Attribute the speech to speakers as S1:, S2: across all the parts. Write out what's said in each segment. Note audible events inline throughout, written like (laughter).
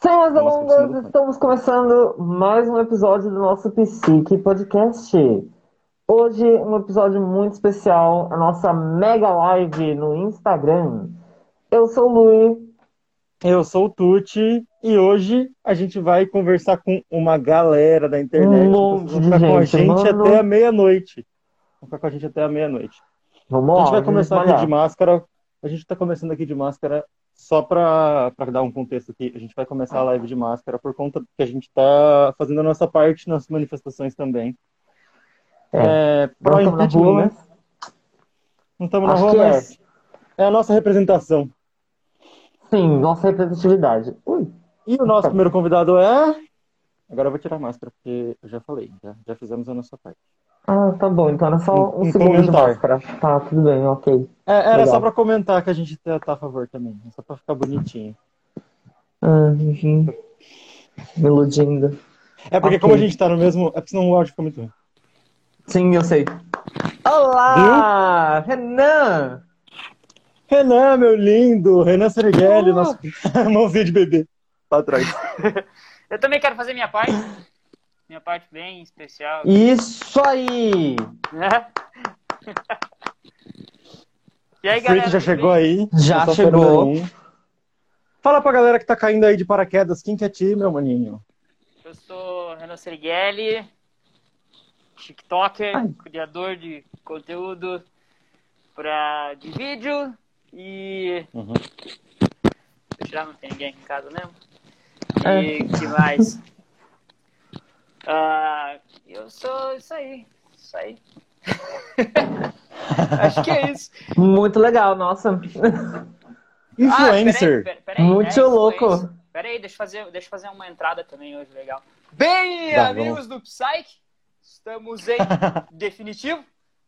S1: Sem mais delongas, estamos começando mais um episódio do nosso Psique Podcast. Hoje, um episódio muito especial, a nossa mega live no Instagram. Eu sou o Luiz.
S2: Eu sou o Tuti e hoje a gente vai conversar com uma galera da internet.
S1: Um monte
S2: Vão ficar
S1: de
S2: com a
S1: gente,
S2: gente
S1: mano.
S2: até a meia-noite. Vão ficar com a gente até a meia-noite.
S1: Vamos
S2: A
S1: lá.
S2: gente vai
S1: vamos
S2: começar aqui de
S1: espalhar.
S2: máscara. A gente tá começando aqui de máscara só pra, pra dar um contexto aqui. A gente vai começar a live de máscara por conta que a gente tá fazendo a nossa parte nas manifestações também. É, pro
S1: Não estamos na
S2: impeachment,
S1: rua,
S2: né?
S1: mas
S2: Não estamos na
S1: Acho
S2: rua,
S1: que é.
S2: mas é a nossa representação.
S1: Sim, nossa representatividade. Ui,
S2: E o nosso primeiro convidado é. Agora eu vou tirar a máscara, porque eu já falei, já, já fizemos a nossa parte.
S1: Ah, tá bom, então era só
S2: Um-
S1: um,
S2: um
S1: segundo de
S2: comentário.
S1: máscara. Tá, tudo bem, ok.
S2: É, era
S1: Legal.
S2: só pra comentar que a gente tá, tá a favor também, só pra ficar bonitinho.
S1: Ah, uhum. Me iludindo.
S2: É porque,
S1: Ok.
S2: como a gente tá no mesmo. É porque senão o áudio fica muito ruim.
S1: Sim, eu sei. Olá! Renan!
S2: Renan, meu lindo! Renan Sergelli,
S3: Uh!
S2: nosso (laughs) mãozinha de bebê. Pra trás.
S3: Eu também quero fazer minha parte. Minha parte bem especial.
S1: Isso aí!
S3: né? (laughs) e aí,
S2: o Freak
S3: galera?
S2: já
S3: tudo
S2: chegou
S3: bem?
S2: aí.
S1: Já
S2: Eu sou o
S1: chegou.
S2: Fernando Um. Fala pra galera que tá caindo aí de paraquedas, quem que é ti, meu maninho?
S3: Eu sou Renan Serighelli, TikToker,
S1: Ai.
S3: criador de conteúdo pra, de vídeo e.
S2: Uhum.
S3: Deixa eu tirar, não tem ninguém aqui em casa mesmo.
S1: É.
S3: E que mais? Ah, eu sou isso aí. Isso aí. (laughs) Acho que é isso.
S1: Muito legal, nossa.
S2: Influencer.
S3: Ah, peraí, peraí,
S1: Muito
S3: é,
S1: louco.
S3: influencer. Peraí, deixa eu, fazer, deixa eu fazer uma entrada também hoje, legal. Bem,
S1: Vai,
S3: amigos do Psyche, estamos
S1: (laughs)
S3: em definitivo,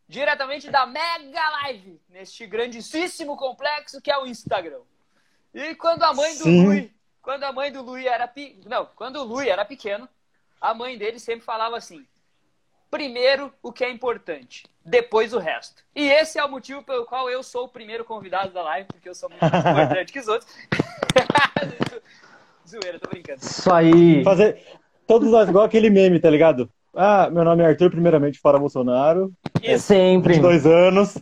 S3: diretamente da Mega Live, neste grandíssimo complexo que é o Instagram. E quando a mãe do
S2: Sim.
S3: Lui, quando a mãe do Lui era pe... não, quando o Lui era pequeno, a mãe dele sempre falava assim: primeiro o que é importante, depois o resto. E esse é o motivo pelo qual eu sou o primeiro convidado da live, porque eu sou muito mais importante que os outros. (laughs) Zoeira, tô brincando.
S1: Isso aí.
S2: Fazer todos nós igual aquele meme, tá ligado? Ah, meu nome é Arthur, primeiramente, fora Bolsonaro.
S3: Isso.
S1: Sempre.
S2: 22 anos.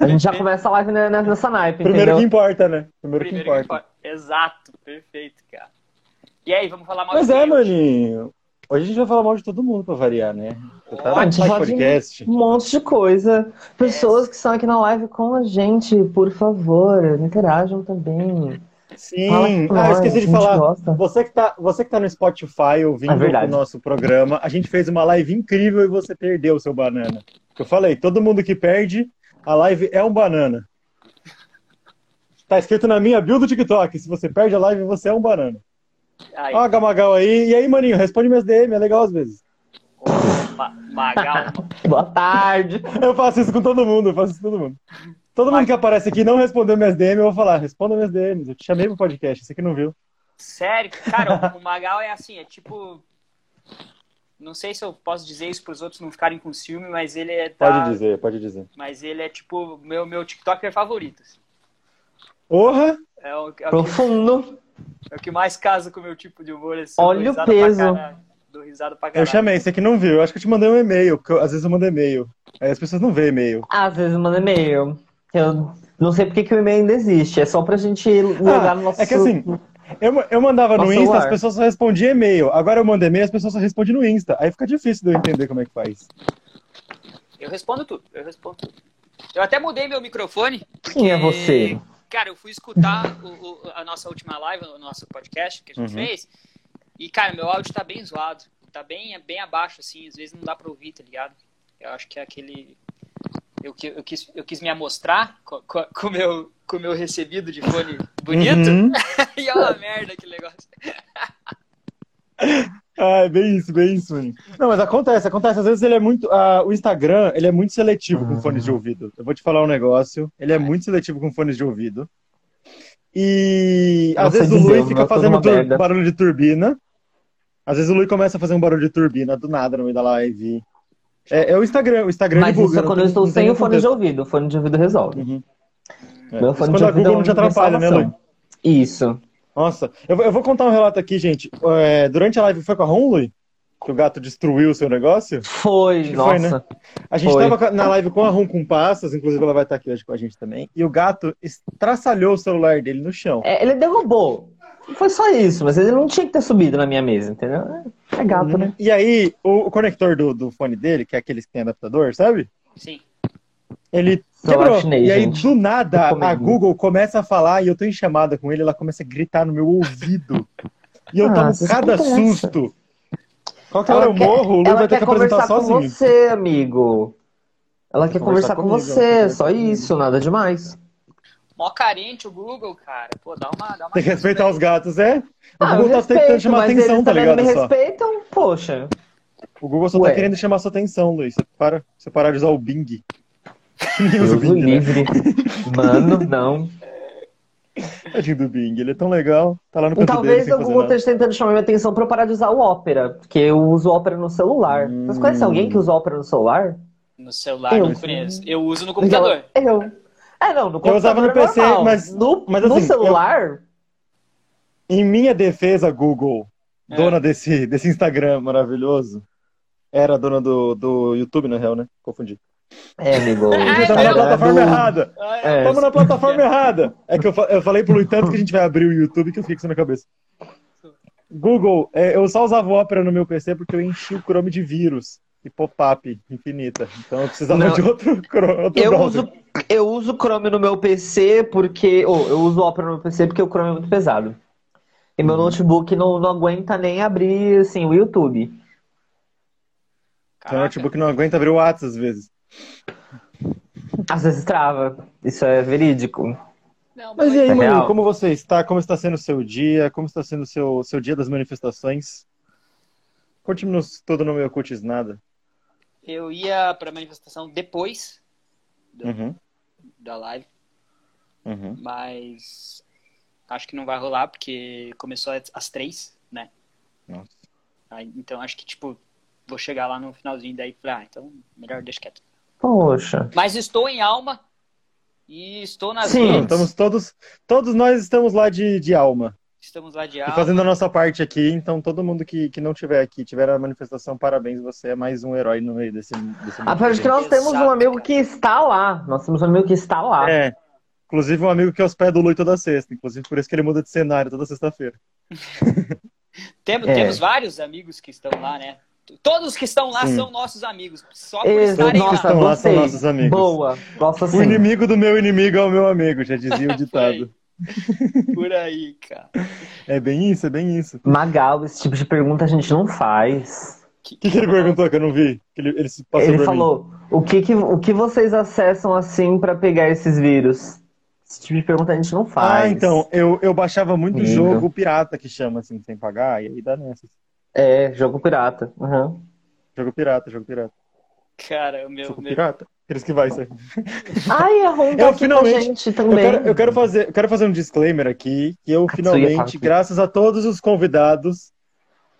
S1: A gente já começa a live né, né, nessa naipe,
S2: Primeiro que
S1: entendeu?
S2: importa, né? Primeiro,
S3: Primeiro
S2: que importa.
S3: Exato, perfeito, cara. E aí, vamos falar mais
S2: Pois é, maninho. Hoje a gente vai falar mal de todo mundo pra variar, né? Você tá
S1: Ó, a
S2: no
S1: gente
S2: faz
S1: fala de-
S2: podcast.
S1: Um monte de coisa. Pessoas que estão aqui na live com a gente, por favor, interajam também. Fala
S2: Sim.
S1: com
S2: Ah, eu
S1: nós,
S2: esqueci de
S1: a gente
S2: falar.
S1: gosta.
S2: Você que, tá, você que tá no Spotify ouvindo
S1: É verdade.
S2: o nosso programa, a gente fez uma live incrível e você perdeu o seu banana. Eu falei, todo mundo que perde, a live é um banana. Tá escrito na minha build do TikTok. Se você perde a live, você é um banana.
S3: Aí,
S2: Ó, Gamagal aí. E aí, maninho, responde minhas DM, é legal às (laughs) vezes.
S3: Ma- Magal,
S1: Boa tarde.
S2: Eu faço isso com todo mundo, eu faço isso com todo mundo. Todo mundo que aparece aqui e não respondeu minhas DM, eu vou falar, responda minhas DMs. Eu te chamei pro podcast, você que não viu.
S3: Sério? Cara, o Magal é assim, é tipo. Não sei se eu posso dizer isso pros outros não ficarem com ciúme, mas ele é. da-
S2: Pode dizer, pode dizer.
S3: Mas ele é tipo meu, meu TikToker favorito. assim.
S2: Porra!
S3: É o, é, o que,
S1: Profundo.
S3: é o que mais casa com o meu tipo de humor. Assim,
S1: Olha o
S3: dou risada
S1: peso.
S3: pra caralho, Dou risada pra
S2: Eu
S3: caralho.
S2: chamei, você que não viu. Eu acho que eu te mandei um e-mail, porque eu- às vezes eu mando e-mail. Aí as pessoas não vê e-mail.
S1: Às vezes manda e-mail. Eu não sei porque que o e-mail ainda existe. É só pra gente jogar no nosso.
S2: é que assim, eu, ma- eu mandava no
S1: Nosso
S2: Insta,
S1: ar.
S2: as pessoas só respondiam e-mail. Agora eu mando e-mail, as pessoas só respondem no Insta. Aí fica difícil de eu entender como é que faz.
S3: Eu respondo tudo, eu respondo tudo. Eu até mudei meu microfone.
S1: Quem é você?
S3: Cara, eu fui escutar o- o- a nossa última live, o nosso podcast que a gente
S2: Uhum.
S3: fez. E, cara, meu áudio tá bem zoado. Tá bem, bem abaixo, assim. Às vezes não dá pra ouvir, tá ligado? Eu acho que é aquele. Eu, qui- eu quis, eu quis me amostrar co- co- com o meu, com o meu recebido de fone bonito.
S2: Uhum.
S3: e é uma merda aquele negócio.
S2: Ah, é bem isso, bem isso. Maninho. Não, mas acontece, acontece. Às vezes ele é muito. ah, o Instagram, ele é muito seletivo com fones
S1: Ah.
S2: de ouvido. Eu vou te falar um negócio. Ele é muito seletivo com fones de ouvido. E
S1: Não
S2: às
S1: sei
S2: vezes o
S1: dizer,
S2: Lui
S1: eu
S2: fica
S1: tô
S2: fazendo
S1: numa
S2: tur-
S1: merda.
S2: barulho de turbina. Às vezes o Lui começa a fazer um barulho de turbina do nada no meio da live. É, é o Instagram, o Instagram
S1: Mas
S2: ele buga,
S1: isso é
S2: não
S1: quando
S2: tem-
S1: eu estou
S2: não tem
S1: sem o
S2: nenhum
S1: fone de
S2: contexto.
S1: ouvido. O fone de ouvido resolve.
S2: Uhum. É,
S1: Meu
S2: isso
S1: fone
S2: quando
S1: de
S2: a
S1: ouvido
S2: Google
S1: é
S2: não te
S1: uma
S2: atrapalha, né, Lui?
S1: salvação. Isso.
S2: Nossa, eu, vou- eu vou contar um relato aqui, gente. É, durante a live foi com a Honley, que o gato destruiu o seu negócio.
S1: Foi,
S2: que foi, né?
S1: nossa.
S2: A gente
S1: Foi.
S2: estava na live com a Ron com passos, inclusive ela vai estar aqui hoje com a gente também. E o gato estraçalhou o celular dele no chão.
S1: É, ele derrubou. Foi só isso, mas ele não tinha que ter subido na minha mesa, entendeu? É gato, né?
S2: E aí, o, o conector do, do fone dele, que é aquele que tem adaptador, sabe?
S3: Sim.
S2: Ele
S1: Celular
S2: quebrou.
S1: chinês,
S2: e aí,
S1: Então gente.
S2: do nada, a
S1: Recomendo.
S2: Google começa a falar e eu tô em chamada com ele, ela começa a gritar no meu ouvido. E eu
S1: Ah,
S2: tomo
S1: vocês
S2: cada
S1: contam essa.
S2: susto. Qualquer
S1: Ela
S2: hora eu
S1: quer-
S2: morro, o Lu vai
S1: Ela
S2: ter
S1: quer
S2: que apresentar
S1: conversar com
S2: sozinho.
S1: você, amigo. Ela quer
S2: Conversar
S1: conversar com
S2: comigo,
S1: você,
S2: conversar
S1: só
S2: comigo.
S1: isso, nada demais.
S3: Mó carente o Google, cara. Pô, dá uma. Dá uma
S2: Tem que respeitar os gatos, é? O
S1: Ah, eu
S2: Google tá tentando
S1: respeito,
S2: chamar
S1: mas
S2: atenção,
S1: eles
S2: tá
S1: também
S2: ligado?
S1: não me
S2: Só.
S1: respeitam, poxa.
S2: O Google só
S1: Ué.
S2: tá querendo chamar sua atenção, Luiz. Você para, você para de usar o Bing. (laughs) Nem usa
S1: Deus
S2: o
S1: o
S2: Bing, né?
S1: livre.
S2: (laughs)
S1: Mano, não.
S2: Tadinho do Bing, ele é tão legal. Tá lá no canto dele
S1: Um Talvez
S2: sem
S1: o
S2: fazer
S1: Google
S2: nada.
S1: esteja tentando chamar minha atenção pra eu parar de usar o Opera, porque eu uso o Opera no celular.
S2: Hum.
S1: Vocês conhecem alguém que usa o Opera no celular?
S3: No celular,
S1: Eu.
S3: não conheço. Eu uso no computador.
S1: Eu. É, não, no computador
S2: usava no
S1: é
S2: PC,
S1: normal.
S2: mas-
S1: No,
S2: mas
S1: no
S2: assim, eu-
S1: celular,
S2: Em minha defesa, Google,
S3: É.
S2: dona desse, desse Instagram maravilhoso, era dona do, do YouTube, na real, né? Confundi.
S1: É, amigo.
S3: Ah,
S2: Você tá na
S3: meu-
S2: plataforma errada!
S3: Ah, é.
S1: É.
S2: Tamo na plataforma errada! É que eu, fa- eu falei pro Luiz tanto que a gente vai abrir o YouTube que eu fiquei com isso na cabeça. Google, é, eu só usava o Opera no meu PC porque eu enchi o Chrome de vírus e pop-up infinita. Então eu precisava
S1: Não.
S2: de outro, Chrome- outro
S1: Eu
S2: browser.
S1: uso, eu uso o Chrome no meu PC porque. ou, eu uso o Opera no meu PC porque o Chrome é muito pesado. E
S2: Hum.
S1: meu notebook não, não aguenta nem abrir assim, o YouTube.
S2: Seu então,
S3: Caraca.
S2: é um notebook não aguenta abrir o WhatsApp às vezes.
S1: Às vezes trava. Isso é verídico.
S3: Não,
S2: Mas e aí,
S1: É
S2: Manu,
S1: real.
S2: como você está? Como está sendo o seu dia? Como está sendo o seu, seu dia das manifestações? Conte-nos tudo no meu cutis nada.
S3: Eu ia pra manifestação depois
S2: Uhum,
S3: da live,
S2: uhum.
S3: mas acho que não vai rolar porque começou às- às três, né?
S2: Nossa.
S3: Aí, então acho que, tipo, vou chegar lá no finalzinho daí e falar, ah, então melhor deixa quieto.
S1: Poxa.
S3: Mas estou em alma e estou nas
S1: Sim.
S2: Então,
S3: redes.
S2: estamos todos, todos nós estamos lá de, de alma
S3: Estamos lá de
S2: e
S3: alma.
S2: fazendo a nossa parte aqui. Então, todo mundo que, que não tiver aqui, tiver a manifestação, parabéns, você é mais um herói no meio desse, desse mundo.
S1: Apesar de que nós temos um
S3: Exato,
S1: amigo
S3: cara.
S1: que está lá. Nós temos um amigo que está lá.
S2: É, inclusive um amigo que é os pés do Lui toda sexta. Inclusive, por isso que ele muda de cenário toda sexta-feira.
S3: Tem-
S1: É.
S3: Temos vários amigos que estão lá, né? T- Todos que estão lá
S2: Sim.
S3: são nossos amigos. Só por
S1: Ex-
S3: estarem
S1: Nossa,
S2: Estão
S3: lá.
S2: lá, são
S1: gostei.
S2: nossos amigos.
S1: Boa. Nossa,
S2: O
S1: sim.
S2: inimigo do meu inimigo é o meu amigo, já dizia o ditado.
S3: Por aí, cara.
S2: é bem isso, é bem isso.
S1: Magal, esse tipo de pergunta a gente não faz.
S2: O que, que ele perguntou que eu não vi? Que ele, ele se passou
S1: Ele
S2: pra
S1: falou: o que, que, o que vocês acessam assim pra pegar esses vírus? Esse tipo de pergunta a gente não
S2: mim. Ah,
S1: faz.
S2: então, eu, eu baixava muito
S1: Lindo.
S2: jogo pirata que chama, assim, sem pagar, e aí dá nessa.
S1: É, jogo pirata. Uhum.
S2: Jogo pirata, jogo pirata.
S3: Cara, o meu,
S2: Jogo (laughs)
S3: meu-
S2: pirata. Aqueles que vai, sabe?
S1: Ai, a Ron tá
S2: Eu
S1: aqui com a
S2: finalmente-
S1: gente
S2: Eu
S1: também.
S2: quero, eu quero fazer, eu quero fazer um disclaimer aqui, que eu
S1: Katsuya
S2: finalmente,
S1: Kaku.
S2: graças a todos os convidados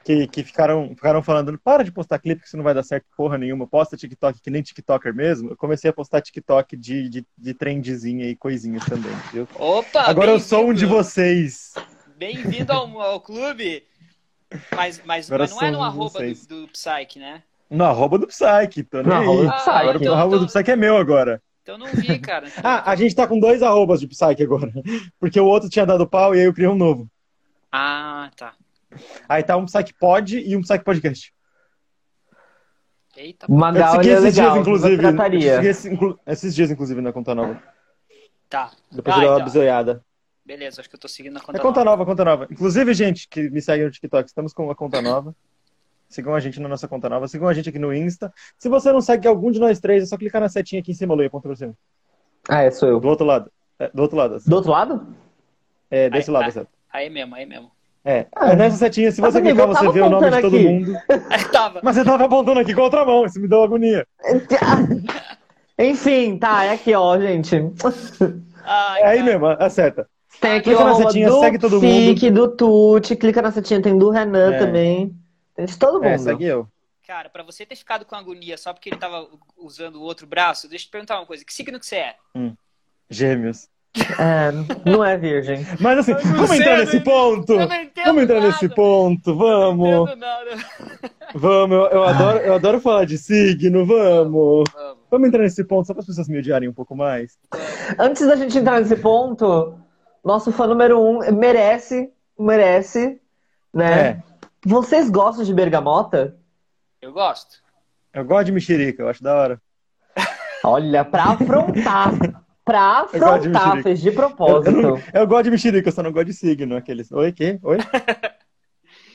S2: que, que ficaram, ficaram falando, para de postar clipe que isso não vai dar certo porra nenhuma, posta TikTok que nem TikToker mesmo, eu comecei a postar TikTok de, de, de trendezinha e coisinhas também, viu?
S3: Opa!
S2: Agora eu sou um de
S3: bem-vindo.
S2: vocês.
S3: Bem-vindo ao, ao clube. Mas, mas,
S2: Agora
S3: mas não é no
S2: somos
S3: arroba
S2: vocês.
S3: do, do Psyche, né?
S2: No arroba do Psyche, tô nem
S1: No
S2: aí.
S1: arroba do
S3: Psyche.
S2: Agora
S3: Então,
S2: o arroba do
S3: então-
S2: Psyche é meu agora.
S3: Então não vi, cara.
S2: (laughs) Ah, a gente tá com dois arrobas de Psyche agora. (laughs) Porque o outro tinha dado pau e aí eu criei um novo.
S3: Ah, tá.
S2: Aí tá um Psyche Pod e um Psyche Podcast.
S3: Eita,
S2: Eu te
S1: Magal,
S2: segui
S1: ele é
S2: esses
S1: legal.
S2: dias,
S1: uma
S2: inclusive. Eu te
S1: pirataria.
S2: segui esse- inclu- esses dias, inclusive, na conta nova.
S3: tá.
S2: Depois
S3: Ah,
S2: eu dei uma
S3: então.
S2: bisoiada.
S3: Beleza, acho que eu tô seguindo a
S2: É
S3: conta.
S2: conta
S3: nova.
S2: nova, conta nova. Inclusive, gente, que me segue no TikTok, estamos com uma conta nova. Sigam a gente na nossa conta nova, sigam a gente aqui no Insta. Se você não segue algum de nós três, é só clicar na setinha aqui em cima, Luia, aponta pra cima.
S1: Ah, é, sou eu.
S2: Do outro lado. É, do outro lado.
S1: Do outro lado?
S2: (laughs) É, desse
S3: Ai,
S2: lado,
S3: ai.
S2: certo?
S3: Aí mesmo, aí mesmo. (laughs)
S2: É, é nessa setinha, se
S1: Mas,
S2: você
S1: amigo,
S2: clicar,
S1: eu
S2: você
S1: tava
S2: vê o nome de
S1: apontando
S2: todo
S1: aqui.
S2: mundo.
S3: Tava.
S2: Mas você tava apontando aqui com a outra mão, isso me deu agonia.
S1: Enfim, tá, é aqui, ó, gente.
S3: Ai,
S2: É aí
S3: cara.
S2: mesmo, acerta.
S1: Tem aqui
S2: Clica
S1: o
S2: na
S1: arroba
S2: setinha,
S1: do
S2: segue todo
S1: Fique, do Tuti, clica na setinha, tem do Renan
S2: É.
S1: também. Tem de todo mundo.
S2: É, segue eu.
S3: Cara, pra você ter ficado com agonia só porque ele tava usando o outro braço, deixa eu te perguntar uma coisa. Que signo que você é?
S2: Gêmeos.
S1: É, não é virgem.
S2: Mas assim,
S3: Eu não
S2: vamos
S3: sei,
S1: é
S2: entrar
S3: eu
S2: nesse
S3: não-
S2: ponto.
S1: Tá
S3: eu não entendo
S2: Vamos entrar
S3: nada.
S2: nesse ponto,
S3: Não
S2: vamos.
S3: entendo nada.
S2: Vamos, eu, eu adoro, eu adoro falar de signo, vamos.
S3: Vamos.
S2: Vamos entrar nesse ponto só para as pessoas me odiarem um pouco mais.
S1: Antes da gente entrar nesse ponto, nosso fã número um merece, merece, né?
S2: É,
S1: Vocês gostam de bergamota?
S3: Eu gosto.
S2: eu gosto de mexerica, eu acho da hora.
S1: Olha,
S2: (laughs)
S1: pra afrontar. Pra
S2: Eu gosto de
S1: afrontar,
S2: mexerica.
S1: fez de
S2: Eu, eu
S1: propósito.
S2: não- eu gosto de mexerica, eu só não gosto de signo. Aqueles. Oi, quê?
S3: (laughs)
S2: Oi?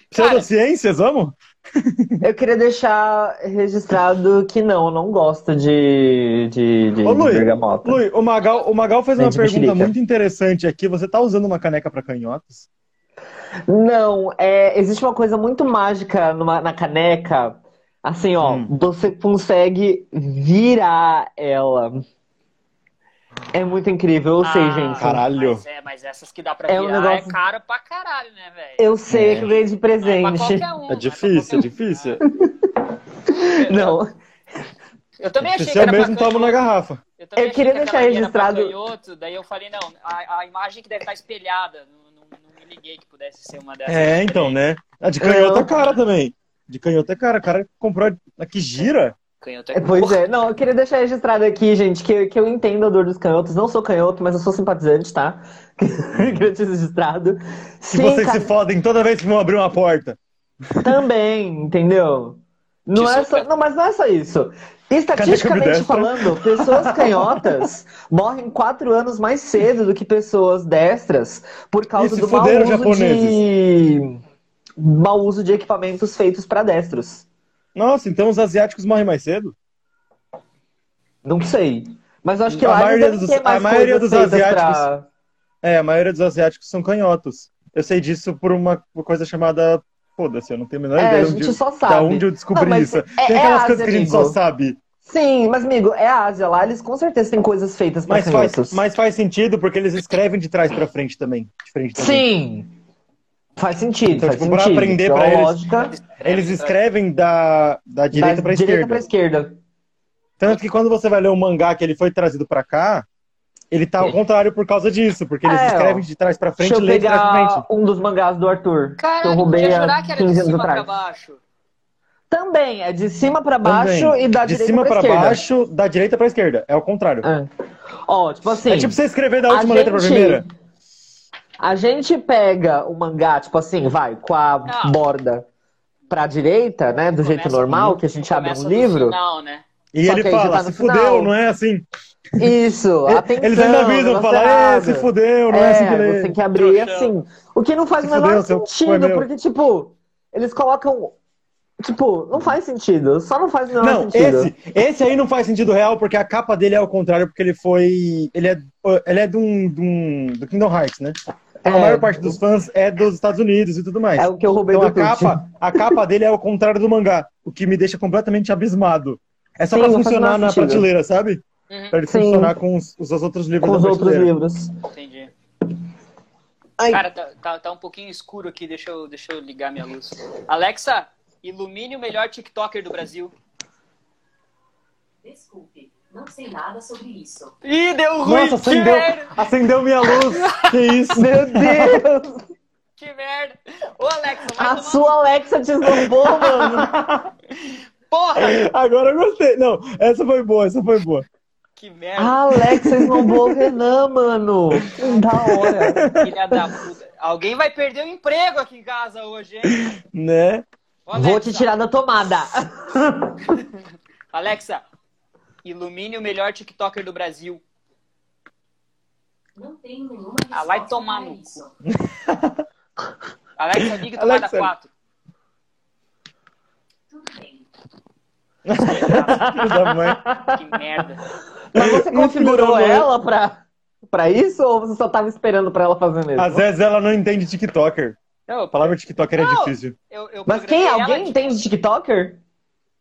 S2: Pseudociências, vamos?
S1: Eu queria deixar registrado que não, eu não gosto de, de, de,
S2: Ô, Luiz,
S1: de bergamota.
S2: Lui, o Magal, o Magal fez
S1: Nem
S2: uma
S1: de
S2: pergunta
S1: mexerica.
S2: muito interessante aqui. Você tá usando uma caneca para canhotas?
S1: Não, é, existe uma coisa muito mágica numa- na caneca. Assim, ó,
S2: Hum.
S1: você consegue virar ela. É muito incrível, eu sei,
S3: Ah,
S1: gente.
S2: Caralho.
S3: Mas, é, mas essas que dá pra
S1: É um
S3: virar
S1: negócio-
S3: é caro pra caralho, né, velho?
S1: Eu sei
S2: É.
S1: que eu ganhei de
S3: Não é pra
S1: presente.
S3: qualquer um, não
S2: É difícil, é
S3: pra qualquer um.
S2: difícil.
S3: É.
S1: (laughs) Não,
S3: Eu também achei
S2: Se
S3: que
S2: eu
S3: era
S2: mesmo
S3: pra
S2: tava na
S3: canhoto.
S2: garrafa.
S3: Eu, também
S1: Eu
S3: achei
S1: queria
S3: que aquela
S1: deixar
S3: ali era pra
S1: registrado-
S3: canhoto, daí eu falei, não, a, a imagem que deve estar espelhada. Não, não- não me liguei que pudesse ser uma dessas.
S2: É, então, né? A de canhota é cara também. De canhota é cara. O cara comprou. a que gira?
S3: Canhoto é
S1: pois é. Não, eu queria deixar registrado aqui, gente, que, que eu entendo a dor dos canhotos. Não sou canhoto, mas eu sou simpatizante, tá? (laughs) Queria ter registrado.
S2: Que
S1: Sim,
S2: vocês
S1: cara,
S2: se fodem toda vez que vão abrir uma porta.
S1: Também, entendeu? Não
S3: Isso,
S1: é só,
S3: cara.
S1: não, mas não é só isso.
S2: Cadê
S1: Estatisticamente
S2: a câmera
S1: falando, pessoas
S2: (laughs)
S1: canhotas morrem quatro anos mais cedo do que pessoas destras por causa
S2: E se
S1: do mau
S2: fuderam
S1: uso de mau uso de equipamentos feitos para destros.
S2: Nossa, então os asiáticos morrem mais cedo?
S1: Não sei, mas eu acho que
S2: A
S1: lá não
S2: maioria
S1: deve
S2: dos-
S1: ter
S2: a
S1: mais
S2: maioria
S1: coisas
S2: dos
S1: feitas
S2: asiáticos-
S1: pra-
S2: É, a maioria dos asiáticos são canhotos. Eu sei disso por uma coisa chamada. Foda-se, eu não tenho a menor
S1: É,
S2: ideia
S1: a
S2: onde-
S1: gente só
S2: da
S1: sabe.
S2: onde eu descobri
S1: Não, mas
S2: um isso.
S1: é-
S2: Tem
S1: é
S2: aquelas
S1: Ásia,
S2: coisas que a gente só
S1: amigo.
S2: sabe.
S1: Sim, mas amigo, é a Ásia lá, eles com certeza têm coisas feitas para
S2: Mas faz,
S1: canhotos.
S2: mas faz sentido porque eles escrevem de trás pra frente também. De frente também.
S1: Sim. Faz sentido,
S2: Então,
S1: faz
S2: tipo, pra
S1: sentido.
S2: aprender
S1: Então,
S2: pra
S1: a
S2: eles-
S1: lógica
S2: Eles escrevem da, da direita
S1: da
S2: pra
S1: direita
S2: esquerda.
S1: pra esquerda.
S2: Tanto que quando você vai ler o mangá que ele foi trazido pra cá, ele tá ao contrário por causa disso, porque eles
S1: É, ó.
S2: escrevem de trás pra frente
S1: Deixa
S2: e
S1: eu
S2: lê de trás pra
S1: pegar
S2: frente.
S1: um dos mangás do Arthur. que é, eu
S3: Caralho,
S1: roubei
S3: podia
S1: há
S3: jurar que era de
S1: 15 anos
S3: cima pra
S1: atrás.
S3: baixo.
S1: Também, é de cima pra baixo
S2: Também.
S1: e da
S2: de
S1: direita
S2: cima
S1: pra,
S2: pra
S1: esquerda.
S2: baixo, da direita pra esquerda. É o contrário.
S1: É. Ó, tipo assim,
S2: É tipo você escrever da
S1: A
S2: última letra pra
S1: gente-
S2: primeira.
S1: a gente pega o mangá, tipo assim, vai, com a
S3: Não.
S1: borda pra direita, né? Do
S3: Começa-
S1: jeito normal, que a gente abre
S3: Começa
S1: um
S3: do
S1: livro.
S3: Final, né?
S2: E
S1: Só
S2: ele
S1: que aí já
S2: fala,
S1: tá no
S2: se
S1: final.
S2: fudeu, não é assim.
S1: Isso, atenção.
S2: Eles ainda
S1: negócio
S2: avisam, falam, "Ê,
S1: tá errado.
S2: se fudeu, não é, assim que lê.
S1: você tem que abrir
S3: Trouxão.
S1: assim. O que não faz o
S2: Se
S1: menor
S2: fudeu, seu cu é
S1: sentido,
S2: meu.
S1: porque, tipo, eles colocam. Tipo, não faz sentido. Só não faz o menor
S2: Não,
S1: sentido.
S2: esse, esse aí não faz sentido real, porque a capa dele é ao contrário, porque ele foi. Ele é, ele é de um, de um- do Kingdom Hearts, né?
S1: é,
S2: A maior parte dos fãs é dos Estados Unidos e tudo mais.
S1: é o que eu roubei
S2: Então a
S1: do Tuti.
S2: capa, a capa dele é ao contrário do mangá, o que me deixa completamente abismado. É só
S1: Sim,
S2: pra
S1: não faz
S2: funcionar
S1: mais
S2: na
S1: sentido.
S2: prateleira, sabe?
S3: Uhum,
S2: Pra ele
S1: Sim.
S2: funcionar com os, os outros livros
S1: com os
S2: da
S1: outros
S2: prateleira.
S1: livros.
S3: entendi.
S1: Ai.
S3: Cara, tá, tá, tá um pouquinho escuro aqui, deixa eu, deixa eu ligar minha luz. Alexa, ilumine o melhor TikToker do Brasil.
S4: Desculpe, não sei nada sobre isso.
S3: Ih, deu
S2: Nossa,
S3: ruim! que
S2: acendeu,
S3: merda!
S2: acendeu minha
S3: (laughs)
S2: luz! Que isso?
S1: Meu Deus!
S3: Que merda! Ô, Alexa, vai
S1: (laughs) a
S3: tomar
S1: sua Alexa te zombou, mano. (laughs)
S3: porra!
S2: Agora eu gostei. Não, essa foi boa, essa foi boa.
S3: Que merda!
S1: A Alexa esnobou o Renan, mano. Da hora.
S3: Filha da puta. Alguém vai perder o emprego aqui em casa hoje, hein?
S2: Né?
S3: Ô,
S1: Vou
S3: Alexa,
S1: te tirar da tomada.
S3: Alexa, ilumine o melhor TikToker do Brasil.
S4: Não tenho nenhuma
S3: Ah,
S4: resposta
S3: vai tomar
S4: para
S3: no cu.
S4: isso.
S3: Alexa, ligue tomada
S2: Alexa.
S3: 4.
S4: Tudo bem.
S2: Filho da mãe.
S3: Que merda.
S1: Mas você
S2: Não
S1: configurou
S2: segurou, né?
S1: ela pra, pra isso ou você só tava esperando pra ela fazer mesmo?
S2: Às vezes ela não entende TikToker.
S3: Eu,
S2: A palavra TikToker é
S3: Não.
S2: difícil.
S3: eu, eu
S1: Mas quem?
S3: programei ela,
S1: Alguém
S3: tipo,
S1: entende TikToker?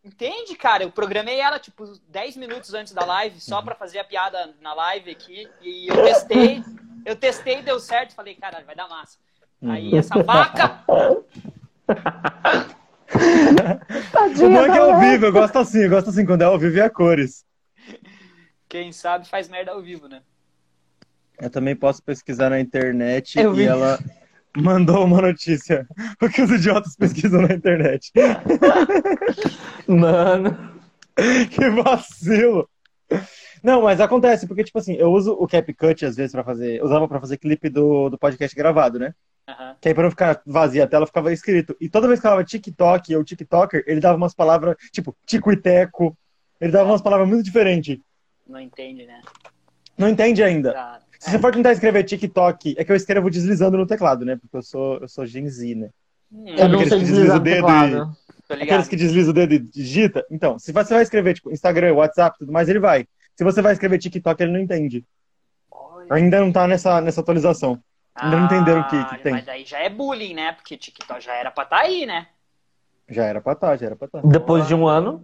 S3: Entende, cara? Eu programei ela, tipo, 10 minutos antes da live, só pra fazer a piada na live aqui. E eu testei. Eu testei, deu certo. Falei, caralho, vai dar massa.
S2: Uhum.
S3: Aí essa vaca.
S2: O
S1: Tadinha
S2: bom é que é
S1: da
S2: ao
S1: Alexa.
S2: vivo, eu gosto assim, eu gosto assim, quando é ao vivo e a cores.
S3: Quem sabe faz merda ao vivo, né?
S2: Eu também posso pesquisar na internet
S3: Eu
S2: e
S3: vi.
S2: ela mandou uma notícia. (laughs) O que os idiotas pesquisam na internet. (laughs)
S1: Mano.
S2: que vacilo! Não, mas acontece, porque, tipo assim, eu uso o CapCut às vezes pra fazer. Eu usava pra fazer clipe do, do podcast gravado, né?
S3: Aham.
S2: Que aí pra não ficar vazia a tela, ficava escrito. E toda vez que falava TikTok ou TikToker, ele dava umas palavras, tipo, tico e teco. Ele dava umas palavras muito diferentes.
S3: Não entende, né?
S2: Não entende ainda.
S3: Tá.
S2: Se você for tentar escrever TikTok, é que eu escrevo deslizando no teclado, né? Porque eu sou, eu sou Gen Z, né?
S3: Hum,
S1: Eu não
S2: aqueles
S1: sei
S2: que
S1: deslizar
S2: desliza
S1: no
S2: o dedo
S1: teclado.
S3: tô ligado.
S2: Aqueles que deslizam o dedo e digita. Então, se você vai escrever, tipo, Instagram, WhatsApp, tudo mais, ele vai. Se você vai escrever TikTok, ele não entende.
S3: Olha.
S2: Ainda não tá nessa, nessa atualização. ainda não entenderam o que que
S3: Ah,
S2: tem.
S3: Mas aí já é bullying, né? Porque TikTok já era pra tá aí, né?
S2: Já era pra tá, já era pra tá.
S1: Depois de um ano.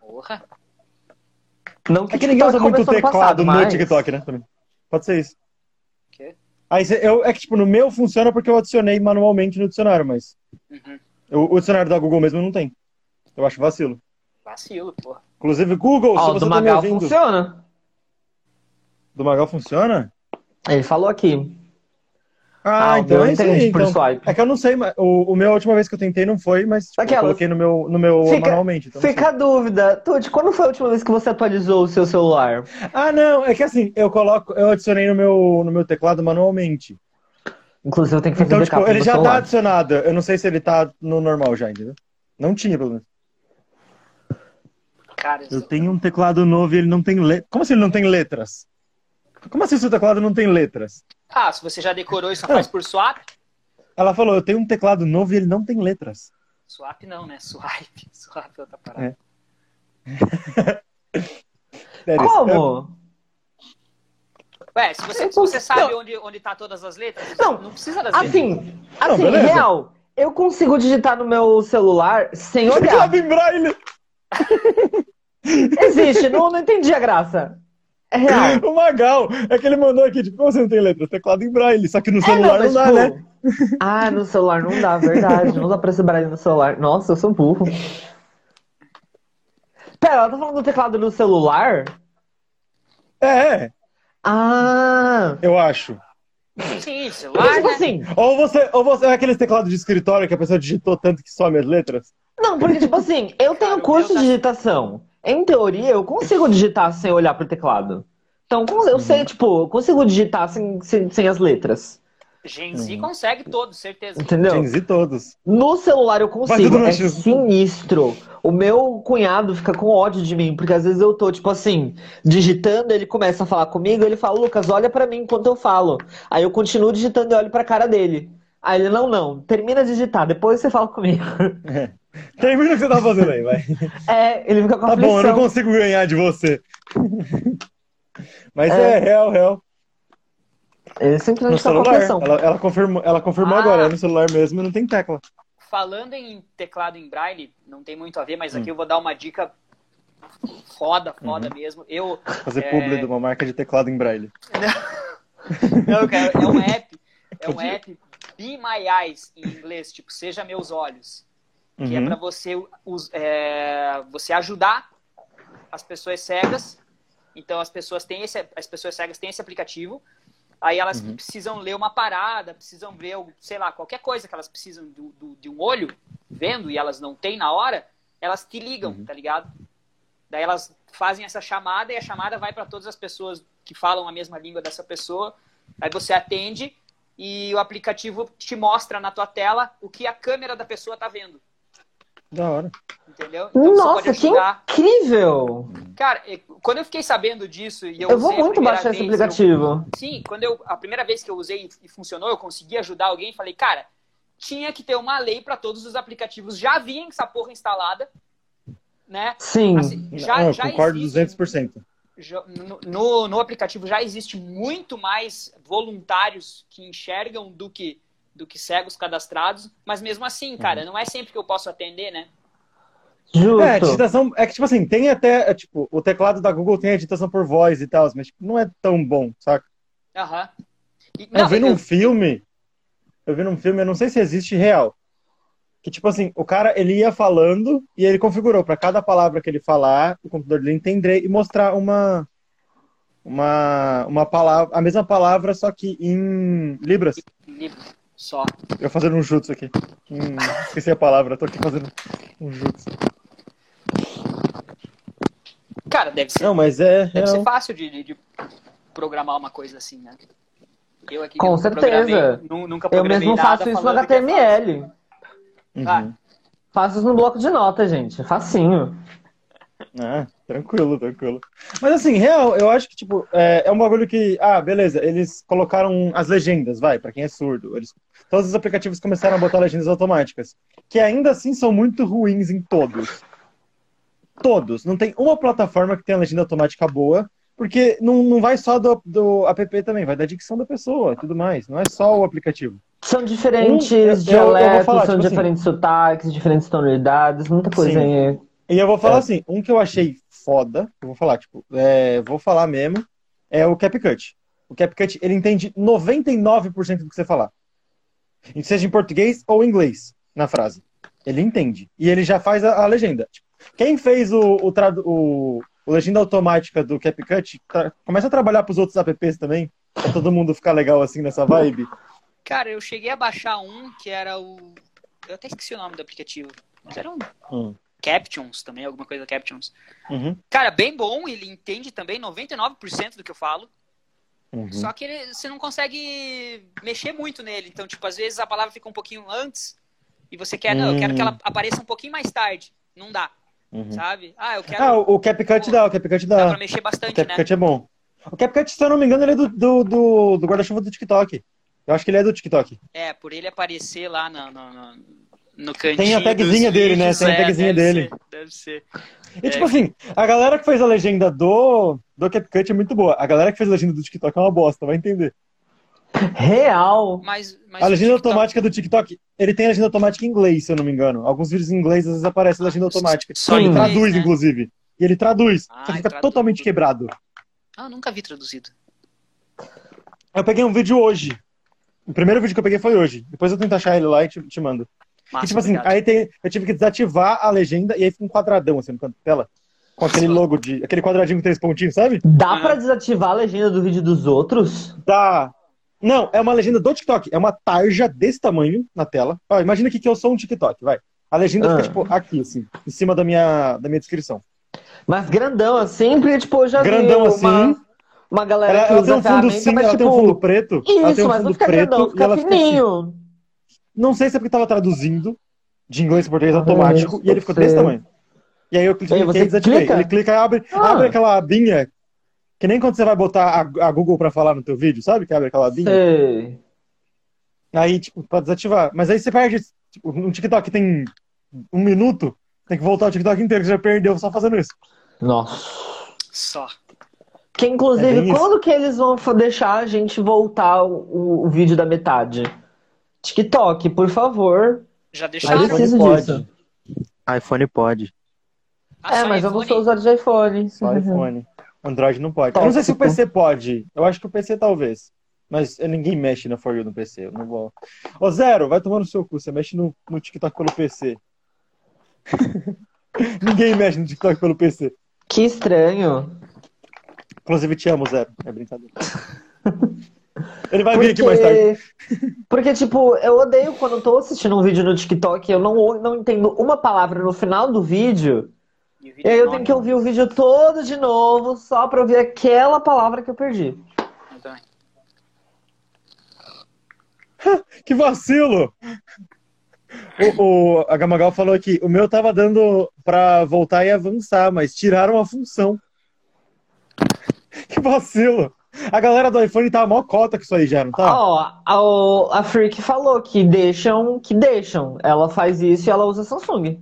S3: Porra.
S1: Não que
S2: É que ninguém usa
S1: TikTok
S2: muito o
S1: começou ano
S2: teclado
S1: passado,
S2: no
S1: mas-
S2: TikTok, né? Também. Pode ser isso.
S3: Quê?
S2: Aí, cê- eu, é que, tipo, no meu funciona porque eu adicionei manualmente no dicionário, mas
S3: Uhum.
S2: o, o dicionário da Google mesmo não tem. Eu acho vacilo.
S3: Vacilo, porra.
S2: Inclusive, Google,
S1: Ó,
S2: se
S1: Ah, o
S2: você
S1: do
S2: tá me
S1: Magal
S2: ouvindo...
S1: funciona.
S2: Do Magal funciona?
S1: Ele falou aqui.
S2: Ah,
S1: Ah, o
S2: então
S1: meu
S2: é isso
S1: entende
S2: aí.
S1: por
S2: Então.
S1: swipe.
S2: É que eu não sei, mas o, o meu, a última vez que eu tentei não foi, mas tipo, eu
S1: Daquelas.
S2: coloquei no meu, no meu
S1: Fica-
S2: manualmente. então não
S1: Fica a dúvida. Tuti, quando foi a última vez que você atualizou o seu celular?
S2: sei. Ah, não, é que assim, eu coloco, eu adicionei no meu, no meu teclado manualmente.
S1: Inclusive, eu tenho que fazer
S2: Então,
S1: backup
S2: tipo,
S1: do meu
S2: ele já tá
S1: celular.
S2: adicionado. Eu não sei se ele tá no normal já, entendeu? Não tinha, pelo menos.
S3: Cara,
S2: Eu tenho um teclado novo e ele não tem letras. Como assim ele não tem letras? Como assim seu teclado não tem letras?
S3: Ah, se você já decorou e só
S2: É.
S3: faz por swap?
S2: Ela falou, eu tenho um teclado novo e ele não tem letras.
S3: Swap não, né? Swipe. (laughs) Swap é outra parada.
S2: É. Sério, eu-
S1: Como?
S3: Ué, se você, se você sabe onde, onde tá todas as letras,
S1: Não,
S3: não precisa das letras.
S1: Assim, assim,
S2: É. beleza.
S1: real, eu consigo digitar no meu celular sem
S2: (laughs)
S1: olhar.
S2: é Teclado em braille!
S1: Existe, não, não entendi a graça. É real.
S2: O Magal! É que ele mandou aqui, tipo, como você não tem letras? Teclado em braille. Só que no
S1: É,
S2: celular não, dá,
S1: tipo,
S2: né?
S1: (laughs) Ah, no celular não dá, verdade. Não dá pra separar ele no celular. Nossa, eu sou burro. Pera, ela tá falando do teclado no celular?
S2: É, é,
S1: Ah!
S2: eu acho.
S3: Sim,
S1: Mas,
S3: celular,
S1: tipo
S3: né?
S1: assim,
S2: Ou você, ou você é aqueles teclados de escritório que a pessoa digitou tanto que some as letras?
S1: não, porque, tipo assim, eu
S3: Cara, o
S1: tenho
S3: meu
S1: curso
S3: tá-
S1: de digitação. Em teoria, eu consigo digitar sem olhar pro teclado. Então, com- eu sei, tipo, eu consigo digitar sem, sem, sem as letras.
S3: Gen Z consegue todo, certeza.
S1: Entendeu?
S2: Gen Z todos.
S1: No celular eu
S2: Vai
S1: consigo,
S2: tudo no
S1: é
S2: X.
S1: sinistro. O meu cunhado fica com ódio de mim, porque às vezes eu tô, tipo assim, digitando, ele começa a falar comigo, ele fala, Lucas, olha pra mim enquanto eu falo. Aí eu continuo digitando e olho pra cara dele. Aí ele, não, não, termina de digitar, depois você fala comigo. (laughs)
S2: Termina o que você tá fazendo aí, vai.
S1: É, ele fica com
S2: Tá bom, eu não
S1: aflição.
S2: consigo ganhar de você. Mas
S1: É.
S2: é, real, real.
S1: Ele
S2: No
S1: simplesmente fica com
S2: celular.
S1: aflição.
S2: Ela, ela confirmou, ela confirmou
S3: Ah.
S2: agora, é no celular mesmo não tem tecla.
S3: Falando em teclado em braille, não tem muito a ver, mas aqui eu vou dar uma dica foda, foda mesmo. Eu,
S2: Fazer
S3: É.
S2: publi de uma marca de teclado em braille.
S3: não, cara, é um app, é um app Be My Eyes em inglês, tipo, seja meus olhos, que é
S2: Uhum.
S3: pra você us- é, você ajudar as pessoas cegas. Então as pessoas têm esse as pessoas cegas têm esse aplicativo. Aí elas
S2: Uhum.
S3: precisam ler uma parada, precisam ver, o- sei lá, qualquer coisa que elas precisam do, do- de um olho vendo e elas não têm na hora, elas te ligam,
S2: Uhum.
S3: tá ligado? Daí elas fazem essa chamada e a chamada vai para todas as pessoas que falam a mesma língua dessa pessoa. Aí você atende e o aplicativo te mostra na tua tela o que a câmera da pessoa tá vendo,
S2: Da hora.
S3: entendeu? Então,
S1: Nossa, que incrível!
S3: Cara, eh, quando eu fiquei sabendo disso e eu,
S1: Eu, vou
S3: usei a
S1: muito
S3: primeira
S1: baixar esse
S3: vez,
S1: aplicativo.
S3: eu- sim, quando eu a primeira vez que eu usei e funcionou, eu consegui ajudar alguém, falei, cara, tinha que ter uma lei para todos os aplicativos já vinha essa porra instalada, né?
S1: Sim. é,
S3: Assim, já,
S2: Não, Ah, eu
S3: já
S2: concordo
S3: existe-
S2: 200%.
S3: já- no- no, no aplicativo já existe muito mais voluntários que enxergam do que do que cegos cadastrados, mas mesmo assim, cara,
S1: Uhum.
S3: não é sempre que eu posso atender, né?
S1: Justo.
S2: É, a digitação. É que, tipo assim, tem até. é, tipo, o teclado da Google tem a digitação por voz e tal, mas tipo, não é tão bom, saca?
S3: Aham.
S1: É,
S3: E-
S2: eu
S3: não,
S2: vi num
S3: eu-
S2: filme. Eu vi num filme, eu não sei se existe real. Que, tipo assim, o cara ele ia falando e ele configurou pra cada palavra que ele falar, o computador dele entender e mostrar uma. uma, uma palavra, a mesma palavra, só que em Libras.
S3: Livro. Só.
S2: Eu fazendo um jutsu aqui. Hum, esqueci a palavra, tô aqui fazendo um jutsu.
S3: Cara, deve ser,
S2: Não, mas é.
S3: deve ser
S2: real.
S3: fácil de, de- de programar uma coisa assim, né? Eu aqui
S1: Com
S3: nunca
S1: certeza.
S3: programei- nu- nunca
S1: Eu
S3: programei
S1: mesmo
S3: nada
S1: faço isso no
S3: falando que é
S1: HTML.
S2: Uhum.
S3: Ah.
S1: Faço isso no bloco de nota, gente. É Facinho.
S2: Ah, tranquilo, tranquilo. Mas assim, real, eu acho que, tipo, é, é um bagulho que. Ah, beleza, eles colocaram as legendas, vai, pra quem é surdo. Eles, todos os aplicativos começaram a botar legendas automáticas. Que ainda assim são muito ruins em todos. Todos. Não tem uma plataforma que tenha legenda automática boa, porque não, não vai só do, do app também, vai da dicção da pessoa, tudo mais. Não é só o aplicativo.
S1: São diferentes
S2: Um, eu- eu- eu vou
S1: dialetos,
S2: falar,
S1: são
S2: tipo assim-
S1: diferentes sotaques, diferentes tonalidades, muita coisa
S2: Sim.
S1: aí.
S2: E eu vou falar
S1: É.
S2: assim, um que eu achei foda, eu vou falar, tipo, é, vou falar mesmo, é o CapCut. O CapCut, ele entende 99% do que você falar. E seja em português ou em inglês, na frase. Ele entende. E ele já faz a, a legenda. Tipo, quem fez o, o, tradu- o- o legenda automática do CapCut, tra- começa a trabalhar pros outros apps também, pra todo mundo ficar legal assim nessa vibe.
S3: Cara, eu cheguei a baixar um que era o. Eu até esqueci o nome do aplicativo. Mas era um
S2: Hum.
S3: Captions também, alguma coisa Captions.
S2: Uhum.
S3: Cara, bem bom, ele entende também 99% do que eu falo.
S2: Uhum.
S3: Só que ele- você não consegue mexer muito nele. Então, tipo, às vezes a palavra fica um pouquinho antes e você quer, não, eu quero que
S1: Hum.
S3: ela apareça um pouquinho mais tarde. Não dá,
S2: uhum.
S3: sabe? Ah, eu
S2: Ah, o,
S3: quero.
S2: ah, o CapCut dá, o CapCut
S3: Dá
S2: dá.
S3: pra mexer
S2: O
S3: bastante, né?
S2: CapCut é bom. O CapCut, se eu não me engano, ele é do, do, do, do guarda-chuva do TikTok. Eu acho que ele é do TikTok.
S3: É, por ele aparecer lá no, no, no, no cantinho.
S2: Tem a tagzinha
S3: dos
S2: dele, né?
S3: vídeos,
S2: Tem a
S3: é,
S2: tagzinha
S3: deve
S2: dele.
S3: ser, deve ser.
S2: E,
S3: É.
S2: tipo assim, a galera que fez a legenda do, do CapCut é muito boa. A galera que fez a legenda do TikTok é uma bosta, vai entender.
S1: Real.
S3: Mas, mas então,
S2: a
S3: o
S2: legenda
S3: TikTok-
S2: automática do TikTok, ele tem a legenda automática em inglês, se eu não me engano. Alguns vídeos em inglês, às vezes, aparece a legenda automática.
S3: Só
S1: em
S2: ele
S3: inglês,
S2: traduz,
S3: né?
S2: inclusive. E ele traduz.
S3: Ah,
S2: só que
S3: ele
S2: fica
S3: traduz.
S2: totalmente quebrado.
S3: Ah, nunca vi traduzido.
S2: Eu peguei um vídeo hoje. O primeiro vídeo que eu peguei foi hoje. Depois eu tento achar ele lá e te, te mando.
S3: Massa,
S2: E, tipo assim,
S3: obrigado.
S2: aí tem, eu tive que desativar a legenda e aí fica um quadradão assim no canto da tela. Com aquele logo de. aquele quadradinho com três pontinhos, sabe?
S1: Dá
S3: Ah.
S1: pra desativar a legenda do vídeo dos outros?
S2: Da. Não, é uma legenda do TikTok. É uma tarja desse tamanho na tela. Ó, imagina aqui que eu sou um TikTok, vai. A legenda
S1: Ah.
S2: fica, tipo, aqui, assim, em cima da minha, da minha descrição.
S1: Mas grandão assim, porque, tipo, eu já
S2: Grandão
S1: vi
S2: assim.
S1: uma, uma galera
S2: Ela,
S1: que
S2: ela
S1: usa
S2: tem um fundo
S1: ferramenta,
S2: sim,
S1: mas,
S2: ela
S1: tipo,
S2: tem um fundo preto. ela
S1: isso,
S2: tem um
S1: mas não
S2: fundo
S1: fica
S2: preto
S1: grandão,
S2: e
S1: fica
S2: ela fica assim.
S1: fininho.
S2: Não sei se é porque tava traduzindo de inglês para português automático
S1: isso
S2: e ele ficou desse
S1: pode ser.
S2: tamanho. E aí eu cliquei
S1: E aí
S2: e
S1: Ah, você
S2: desativei.
S1: clica?
S2: Ele clica e abre,
S1: Ah.
S2: abre aquela abinha. Que nem quando você vai botar a, a Google para falar no teu vídeo, sabe? Que abre aquela abinha.
S1: Sei.
S2: Aí, tipo, pra desativar. Mas aí você perde. Tipo, um TikTok tem um minuto, tem que voltar o TikTok inteiro, que você já perdeu só fazendo isso.
S1: Nossa.
S3: Só.
S1: Que
S2: É
S1: inclusive,
S2: bem isso.
S1: quando que eles vão fa- deixar a gente voltar o, o vídeo da metade? TikTok, por favor.
S3: Já deixaram?
S1: Eu
S2: iPhone
S1: preciso
S2: pode.
S1: disso.
S2: iPhone pode.
S3: Ah,
S1: é,
S3: só
S1: mas eu não
S3: iPhone?
S1: sou usuário de iPhone.
S2: Só iPhone. Android não pode. Eu não sei se o
S1: Tóxico.
S2: PC pode. Eu acho que o PC talvez. Mas eh, ninguém mexe na For You no PC. Eu não vou. Ô, Zero, vai tomar no seu cu. Você mexe no, no TikTok pelo PC. (laughs) ninguém mexe no TikTok pelo PC.
S1: Que estranho.
S2: Inclusive, te amo, Zero. É brincadeira. Ele vai vir
S1: Porque...
S2: aqui mais tarde.
S1: (laughs) Porque, tipo, eu odeio quando eu tô assistindo um vídeo no TikTok, eu não, não entendo uma palavra no final do vídeo,
S3: E o
S1: e
S3: vídeo
S1: aí É, eu
S3: nome?
S1: tenho que ouvir o vídeo todo de novo, só pra ouvir aquela palavra que eu perdi.
S3: Eu também.
S2: Que vacilo! O, o a Gamagal falou aqui. O meu tava dando pra voltar e avançar, mas tiraram a função. Que vacilo! A galera do iPhone tá mó cota com isso aí já, não tá?
S1: Ó, a, o- a Freak falou que deixam, que deixam. Ela faz isso e ela usa Samsung.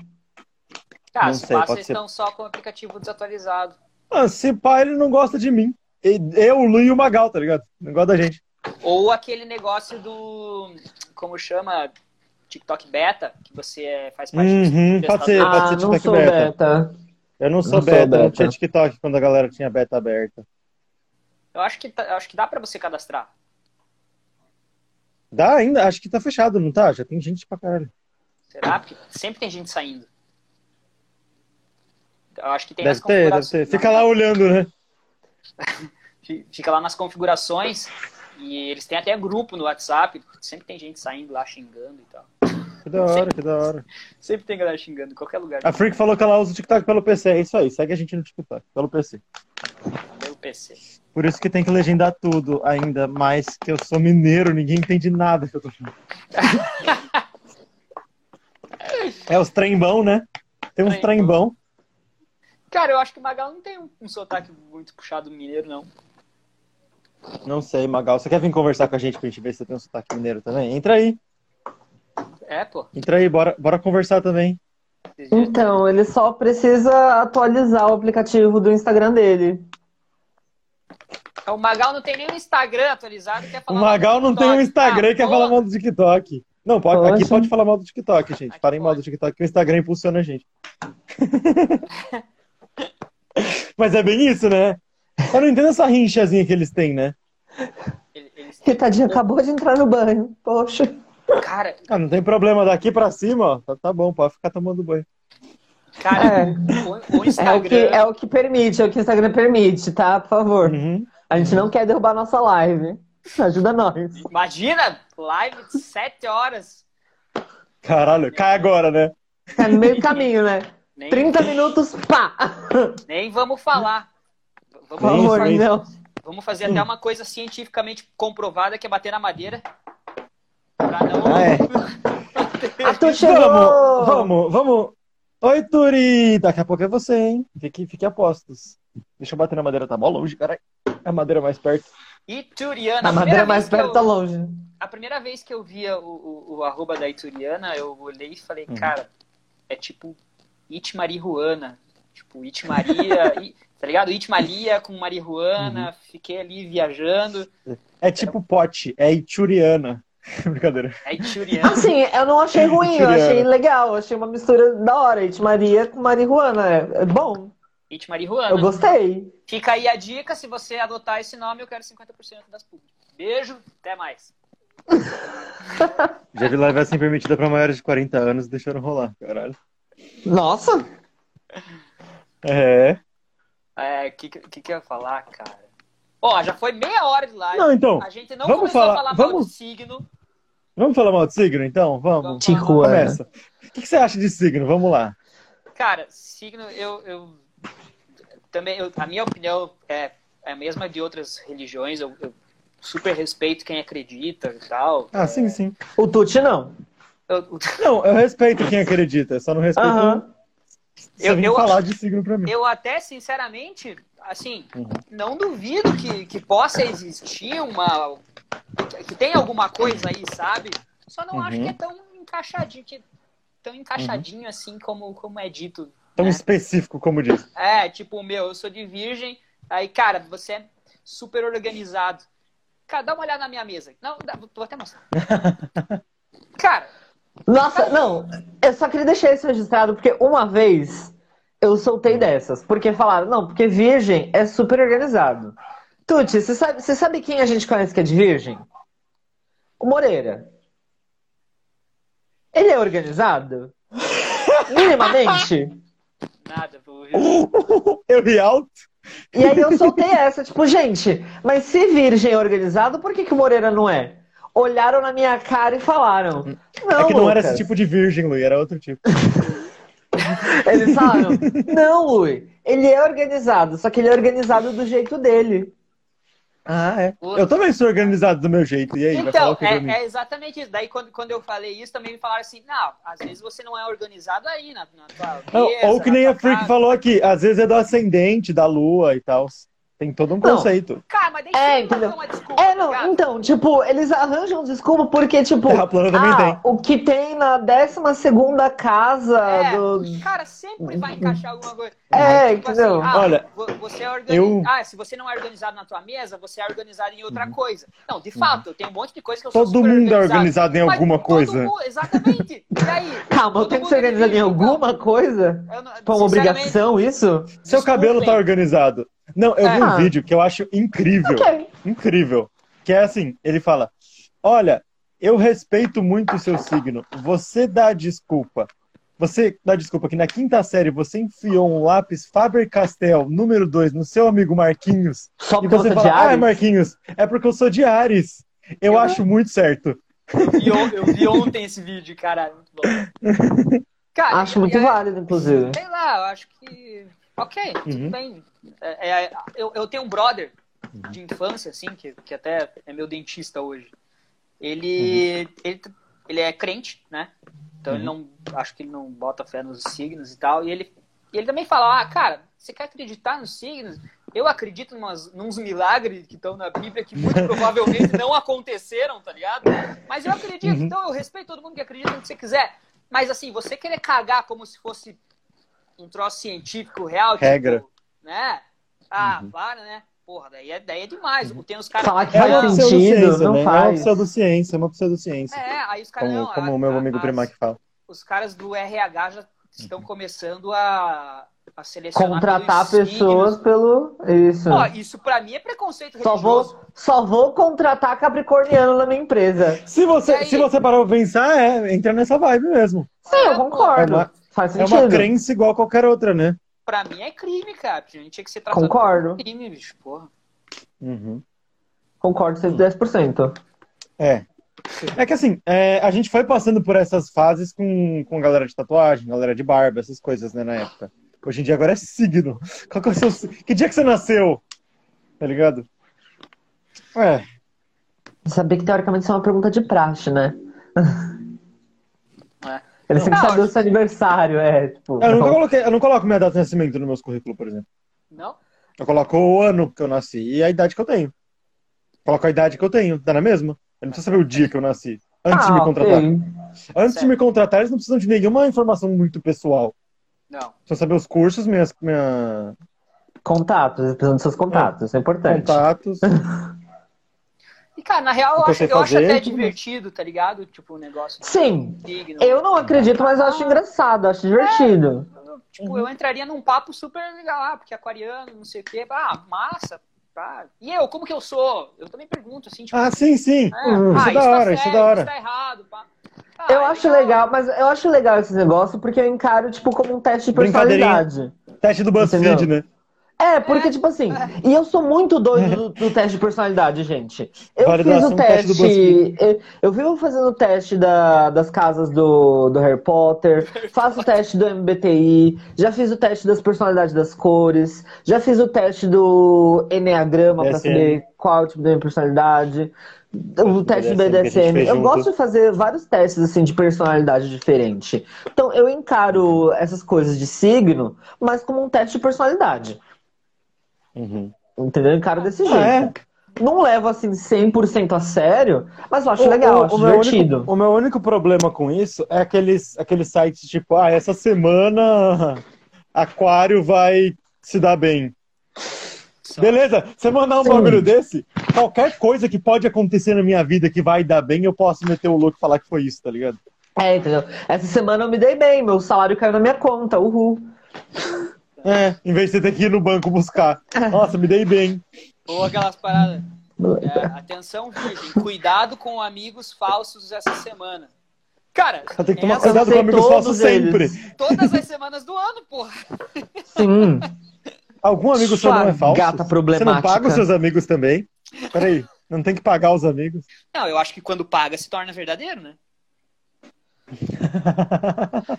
S3: Tá,
S2: Não
S3: se
S2: sei,
S3: pá,
S2: pode
S3: vocês
S2: ser.
S3: estão só com o aplicativo desatualizado.
S2: Ah, se pá, ele não gosta de mim. E- Eu, o Lu e o Magal, tá ligado? Não gosta da gente.
S3: Ou aquele negócio do. Como chama? TikTok Beta, que você é- faz parte
S2: Uhum,
S3: do
S2: pode ser.
S3: testador.
S1: ah, não
S2: TikTok
S1: sou
S2: beta.
S1: beta.
S2: Eu não sou
S1: Não sou
S2: beta, não
S1: beta.
S2: tinha TikTok quando a galera tinha beta aberta.
S3: Eu acho que, tá- eu acho que dá pra você cadastrar.
S2: Dá ainda? Acho que tá fechado, não tá? Já tem gente pra caralho.
S3: Será? Porque sempre tem gente saindo. Eu acho que tem
S2: Deve
S3: as
S2: ter, deve
S3: configurações-
S2: né? ter. Fica lá olhando, né?
S3: fi- fica lá nas configurações e eles têm até grupo no WhatsApp. Sempre tem gente saindo lá xingando e tal.
S2: Que da hora, que da hora.
S3: Sempre tem galera xingando em qualquer lugar.
S2: A Freak falou que ela usa o TikTok pelo PC. É isso aí, segue a gente no TikTok, pelo PC.
S3: Pelo PC.
S2: Por isso que tem que legendar tudo ainda, mais que eu sou mineiro, ninguém entende nada que eu tô falando. é os trembão, né? Tem uns trembão.
S3: Cara, eu acho que o Magal não tem um, um sotaque muito puxado mineiro, não.
S2: Não sei, Magal. Você quer vir conversar com a gente pra gente ver se você tem um sotaque mineiro também? Entra aí,
S3: É, pô.
S2: entra aí, bora, bora conversar também.
S1: Então, ele só precisa atualizar o aplicativo do Instagram dele.
S3: O Magal não tem nem o Instagram atualizado. Quer
S2: O
S3: falar mal do
S2: Magal não tem um
S3: TikTok.
S2: Instagram
S3: Ah,
S2: e quer
S3: porra.
S2: falar mal do TikTok. Não, pode, aqui
S1: Poxa.
S2: pode falar mal do TikTok, gente.
S3: Aqui
S2: Parem mal
S3: pode.
S2: do TikTok, que o Instagram impulsiona a gente. (laughs) Mas é bem isso, né? Eu não entendo essa rinchazinha que eles têm, né?
S3: Ele- eles têm-
S1: Que tadinho, acabou de entrar no banho. Poxa.
S3: Cara,
S2: Ah, não tem problema, daqui pra cima, ó, tá, tá bom, pode ficar tomando banho.
S3: cara,
S1: É.
S3: o, o
S1: É o,
S3: Instagram.
S1: que, é o que permite, é o que o Instagram permite, tá? Por favor.
S2: Uhum.
S1: A gente não quer derrubar a nossa live. (laughs) Ajuda nós.
S3: Imagina, live de 7 horas.
S2: Caralho, cai agora, né?
S1: Tá no meio do caminho, né?
S3: Nem,
S1: 30 minutos, pá!
S3: nem vamos falar. V-
S1: Por
S3: Vamos,
S1: favor,
S2: Sim, sim.
S1: não.
S3: vamos fazer até uma coisa cientificamente comprovada que é bater na madeira. Pra não.
S2: Ah, é.
S1: Arthur chegou!
S2: Vamos, vamos, vamos. Oi, Turi! Daqui a pouco é você, hein? Fique, fique a postos. Deixa eu bater na madeira, tá mó longe, caralho. É a madeira mais perto.
S3: Ituriana.
S1: A
S3: primeira
S1: madeira
S3: vez
S1: mais
S3: que
S1: perto
S3: eu-
S1: tá longe.
S3: A primeira vez que eu via o, o, o arroba da Ituriana, eu olhei e falei,
S1: Hum.
S2: Uhum.
S3: cara, é tipo Itmarihuana. Tipo, Itmaria,
S1: (laughs)
S3: I- tá ligado? Itmalia com Marihuana,
S1: Uhum.
S3: fiquei ali viajando.
S2: É tipo pote, é ituriana. (laughs) Brincadeira.
S3: É Ituriana.
S1: Assim, (laughs) eu não achei ruim, eu
S2: Juliana.
S1: achei legal, eu achei uma mistura da hora. It Maria com marihuana. É é bom. Eu
S3: Itmarihuana.
S1: gostei.
S3: Fica aí a dica, se você adotar esse nome, eu quero 50% das públicas. Beijo, até mais.
S2: Já vi live assim permitida pra maiores de 40 anos, deixaram rolar, caralho.
S1: Nossa!
S2: É.
S3: É, o que, que, que que eu ia falar, cara? Ó, já foi meia hora de live.
S2: Não, então,
S3: A gente não
S2: vamos
S3: começou
S2: falar-
S3: a falar mal
S2: vamos-
S3: de signo.
S2: vamos falar mal de signo então? Vamos.
S3: Vamos.
S1: Tijuana.
S2: Começa. O que que você acha de signo? Vamos lá.
S3: Cara, signo, eu, eu também, eu- a minha opinião é, é a mesma de outras religiões. Eu, eu super respeito quem acredita e tal.
S2: Ah, sim, sim.
S1: O Tuti não.
S3: Eu,
S2: Não, eu respeito quem acredita, só não respeito
S1: Aham.
S2: você
S3: Eu-
S2: vir
S3: eu-
S2: falar de signo pra mim.
S3: eu até, sinceramente, assim,
S2: Uhum.
S3: não duvido que, que possa existir uma. que tem alguma coisa aí, sabe? Só não acho
S2: Uhum.
S3: que é tão encaixadinho, que, tão encaixadinho assim como, como é dito
S2: Tão
S3: É.
S2: específico como diz.
S3: É, tipo, meu, eu sou de virgem, aí, cara, você é super organizado. Cara, dá uma olhada na minha mesa. Não, dá, vou até mostrar. cara,
S1: Nossa, não. Eu só queria deixar isso registrado, porque uma vez eu
S2: Hum.
S1: soltei dessas. Porque falaram, não, porque virgem é super organizado. Tuti, você sabe, você sabe quem a gente conhece que é de virgem? O Moreira. Ele é
S2: (laughs)
S1: organizado? Minimamente?
S3: nada, vou
S2: Eu ri alto.
S1: E aí eu soltei essa, tipo, gente, mas se virgem é organizado, por que, que o Moreira não é? Olharam na minha cara e falaram. Não,
S2: é que não era
S1: Lucas."
S2: esse tipo de virgem, Lu, era outro tipo.
S1: (laughs) Eles falaram, Tá não, Lui, ele é organizado, só que ele é organizado do jeito dele.
S2: Ah, é. Eu também sou organizado do meu jeito. E aí, vai falar
S3: Então,
S2: o que pra mim?
S3: é, é exatamente isso. Daí, quando, quando eu falei isso, também me falaram assim, não, às vezes você não é organizado aí na, na tua
S2: Não,
S3: mesa,
S2: ou que
S3: na
S2: nem
S3: tua
S2: a Freak
S3: casa."
S2: falou aqui, às vezes é do ascendente, da lua e tal. Tem todo um
S1: Não.
S2: conceito.
S3: Cara, mas daí
S1: É,
S3: sempre vai ter
S1: entendeu?
S3: uma desculpa,
S1: É,
S3: tá
S1: não,
S3: ligado?
S1: então, tipo, eles arranjam desculpa porque, tipo,
S2: Terra plana também
S1: ah,
S2: tem.
S1: o que tem na 12 segunda casa
S3: É,
S1: do.
S3: Cara, sempre vai encaixar alguma coisa.
S1: É,
S3: Tipo
S1: entendeu?
S3: assim, ah,
S2: Olha,
S3: vo- você é organi-
S2: eu- Uhum.
S3: ah, se você não é organizado na tua mesa, você é organizado em outra coisa. Não, de fato, eu tenho um monte de coisa que eu sou
S2: Todo
S3: super
S2: mundo é organizado em
S3: Mas
S2: alguma
S3: todo
S2: coisa.
S3: mundo- exatamente. E aí?
S1: Calma, eu
S3: Todo
S1: tenho que
S3: mundo
S1: ser organizado em
S3: divide, então.
S1: alguma coisa?
S3: Eu não-
S1: Pra uma
S3: sinceramente,
S1: obrigação, isso?
S2: Seu
S3: desculpem.
S2: cabelo tá organizado. Não, eu vi
S1: Ah.
S2: um vídeo que eu acho incrível.
S1: Ok.
S2: Incrível. Que é assim, ele fala: Olha, eu respeito muito o seu signo. Você dá desculpa. Você, dá desculpa, que na quinta série você enfiou um lápis Faber-Castell número 2 no seu amigo Marquinhos.
S1: Só
S2: E
S1: porque você
S2: você
S1: é de
S2: fala, ah,
S1: Ares?
S2: Marquinhos, é porque eu sou de Ares. Eu
S3: Eu-
S2: acho muito certo.
S3: E eu, eu vi ontem esse vídeo, cara. Muito bom.
S2: "Ah,
S3: Cara,
S1: Acho
S3: e-
S1: muito
S3: e aí-
S1: válido, inclusive.
S3: Sei lá, eu acho que. Ok, tudo
S2: Uhum.
S3: bem. É, é, eu, eu tenho um brother de infância, assim, que, que até é meu dentista hoje. Ele, ele, ele é crente, né? Então ele
S2: Uhum.
S3: não. Acho que ele não bota fé nos signos e tal. E ele, e ele também fala, ah, cara, você quer acreditar nos signos? Eu acredito numas, nos milagres que estão na Bíblia que muito provavelmente não aconteceram, tá ligado? Mas eu acredito,
S2: Uhum.
S3: então eu respeito todo mundo que acredita no que você quiser. Mas assim, você querer cagar como se fosse um troço científico real,
S2: Regra. Uhum.
S3: tipo, né? Ah, para, né? Porra, daí é, daí é demais. Tem uns caras
S1: Uhum. Falar que
S2: É
S1: Faz
S2: uma
S3: não,
S1: faz sentido,
S2: pseudociência,
S1: não
S2: né? É uma
S1: faz.
S2: pseudociência, é uma pseudociência.
S3: É, aí os caras
S2: Como,
S3: não. tá,
S2: como
S3: a-
S2: o meu
S3: a-
S2: amigo
S3: as-
S2: Primac fala.
S3: Os caras do RH já estão começando a, a selecionar.
S1: Contratar
S3: pelos
S1: pessoas
S3: signos.
S1: pelo. Isso.
S3: Ó, isso pra mim é preconceito
S1: Só
S3: religioso.
S1: vou, só vou contratar capricorniano na minha empresa.
S2: Se
S3: E
S2: você,
S3: aí?
S2: se você parar pra pensar, é, entra nessa vibe mesmo.
S1: Sim, eu concordo.
S2: É uma-
S1: Faz
S2: É uma
S1: sentido.
S2: crença igual a qualquer outra, né?
S3: Pra mim é crime, cara. A gente tinha que ser tratado
S1: Concordo.
S3: como crime, bicho, porra.
S2: Uhum.
S1: Concordo 110%.
S2: É. É que assim, é, a gente foi passando por essas fases com, com galera de tatuagem, galera de barba, essas coisas, né, na época. Hoje em dia agora é signo. Qual que é o seu. si- Que dia que você nasceu? Tá ligado? É.
S1: Saber que teoricamente isso é uma pergunta de praxe, né?
S3: É.
S1: Ele
S3: Não,
S1: sempre sabe
S3: acho
S1: o seu aniversário, é. Tipo,
S2: Eu não,
S1: não.
S2: coloquei, eu não coloco minha data de nascimento no meu currículo, por exemplo.
S3: Não?
S2: Eu coloco o ano que eu nasci e a idade que eu tenho. Coloco a idade que eu tenho, dá na mesma? Eu não preciso saber o dia que eu nasci. Antes de
S1: Ah,
S2: me contratar.
S1: ok.
S2: Antes de
S3: Certo.
S2: me contratar, eles não precisam de nenhuma informação muito pessoal.
S3: Não.
S2: Só saber os cursos, minhas, minha,
S1: Contatos, eles precisam dos seus contatos, isso é importante.
S2: contatos.
S3: E, cara, na
S2: O
S3: real, eu
S2: que eu
S3: acho,
S2: sei
S3: eu acho
S2: fazer,
S3: até
S2: tudo bem.
S3: divertido, tá ligado? Tipo, o negócio de
S1: Sim,
S3: signo.
S1: eu não acredito, mas eu
S3: Ah.
S1: acho engraçado, eu acho divertido.
S3: Eu, Tipo, eu entraria num papo super legal, ah, porque aquariano, não sei o quê. Ah, massa. Pá. E eu, como que eu sou? Eu também pergunto, assim, tipo,
S2: Ah, sim, sim.
S3: é,
S1: hum,
S2: isso é da
S3: tá
S2: hora, isso é
S3: certo,
S2: da hora.
S3: tá errado, pá. Ah,
S1: Eu
S3: é
S1: acho legal, mas eu acho legal esse negócio porque eu encaro, tipo, como um teste de
S2: Brincadeirinha.
S1: personalidade.
S2: Teste do BuzzFeed, né?
S1: É, porque,
S3: É.
S1: tipo assim, e eu sou muito doido do, do teste de personalidade, gente. Eu
S2: Validação
S1: fiz o
S2: do um teste do
S1: teste. eu, eu vivo fazendo o teste da- das casas do, do Harry Potter, faço o teste do MBTI, já fiz o teste das personalidades das cores, já fiz o teste do Enneagrama pra
S2: BSM.
S1: saber qual é o tipo da minha personalidade. O teste do
S2: BDSM que a gente
S1: BDSM.
S2: fez
S1: Eu
S2: junto.
S1: gosto de fazer vários testes assim de personalidade diferente. Então eu
S2: Uhum.
S1: encaro essas coisas de signo, mas como um teste de personalidade. Entendeu? Encaro desse jeito.
S2: Ah,
S1: Não levo assim 100% a sério, mas eu acho
S2: O-
S1: legal,
S2: o-
S1: acho
S2: o meu
S1: divertido.
S2: único- o meu único problema com isso é aqueles, aqueles sites tipo, ah, essa semana Aquário vai se dar bem.
S3: Tá.
S2: Beleza, você mandar um
S1: Sim.
S2: bagulho desse, qualquer coisa que pode acontecer na minha vida que vai dar bem, eu posso meter o louco e falar que foi isso, tá ligado?
S1: É, entendeu? Essa semana eu me dei bem, meu salário caiu na minha conta, uhul.
S2: É, em vez de você ter que ir no banco buscar.
S1: É.
S2: Nossa, me dei bem.
S3: Ou aquelas paradas. É, atenção, virgem. Cuidado com amigos falsos essa semana. Cara,
S2: Eu tenho que tomar
S3: essa-
S1: Eu
S2: cuidado
S1: sei
S2: com amigos
S1: É, todos
S2: falsos sempre.
S1: eles.
S3: todas as semanas do ano, porra.
S1: Sim.
S2: Algum amigo seu
S1: Sua
S2: não é falso?
S1: gata
S2: Você não
S1: problemática.
S2: paga os seus amigos também? Peraí, não tem que pagar os amigos?
S3: Não, eu acho que quando paga se torna verdadeiro, né?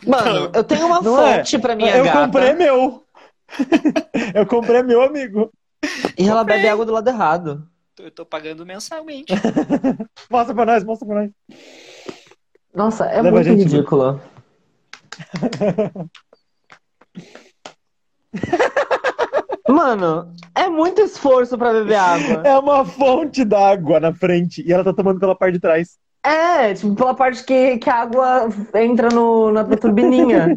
S1: Mano, eu tenho uma
S2: Não é.
S1: fonte pra minha
S2: eu
S1: gata.
S2: comprei meu! (laughs) eu comprei meu amigo.
S1: E ela bebe água do lado errado.
S3: Eu tô pagando mensalmente.
S2: Mostra pra nós, mostra pra nós.
S1: Nossa, é
S2: Leva a
S1: muito
S2: gente- (laughs)
S1: ridículo. Mano, é muito esforço pra beber água.
S2: É uma fonte d'água na frente e ela tá tomando pela parte de trás.
S1: É, tipo, pela parte que, que a água entra no, na, na turbininha.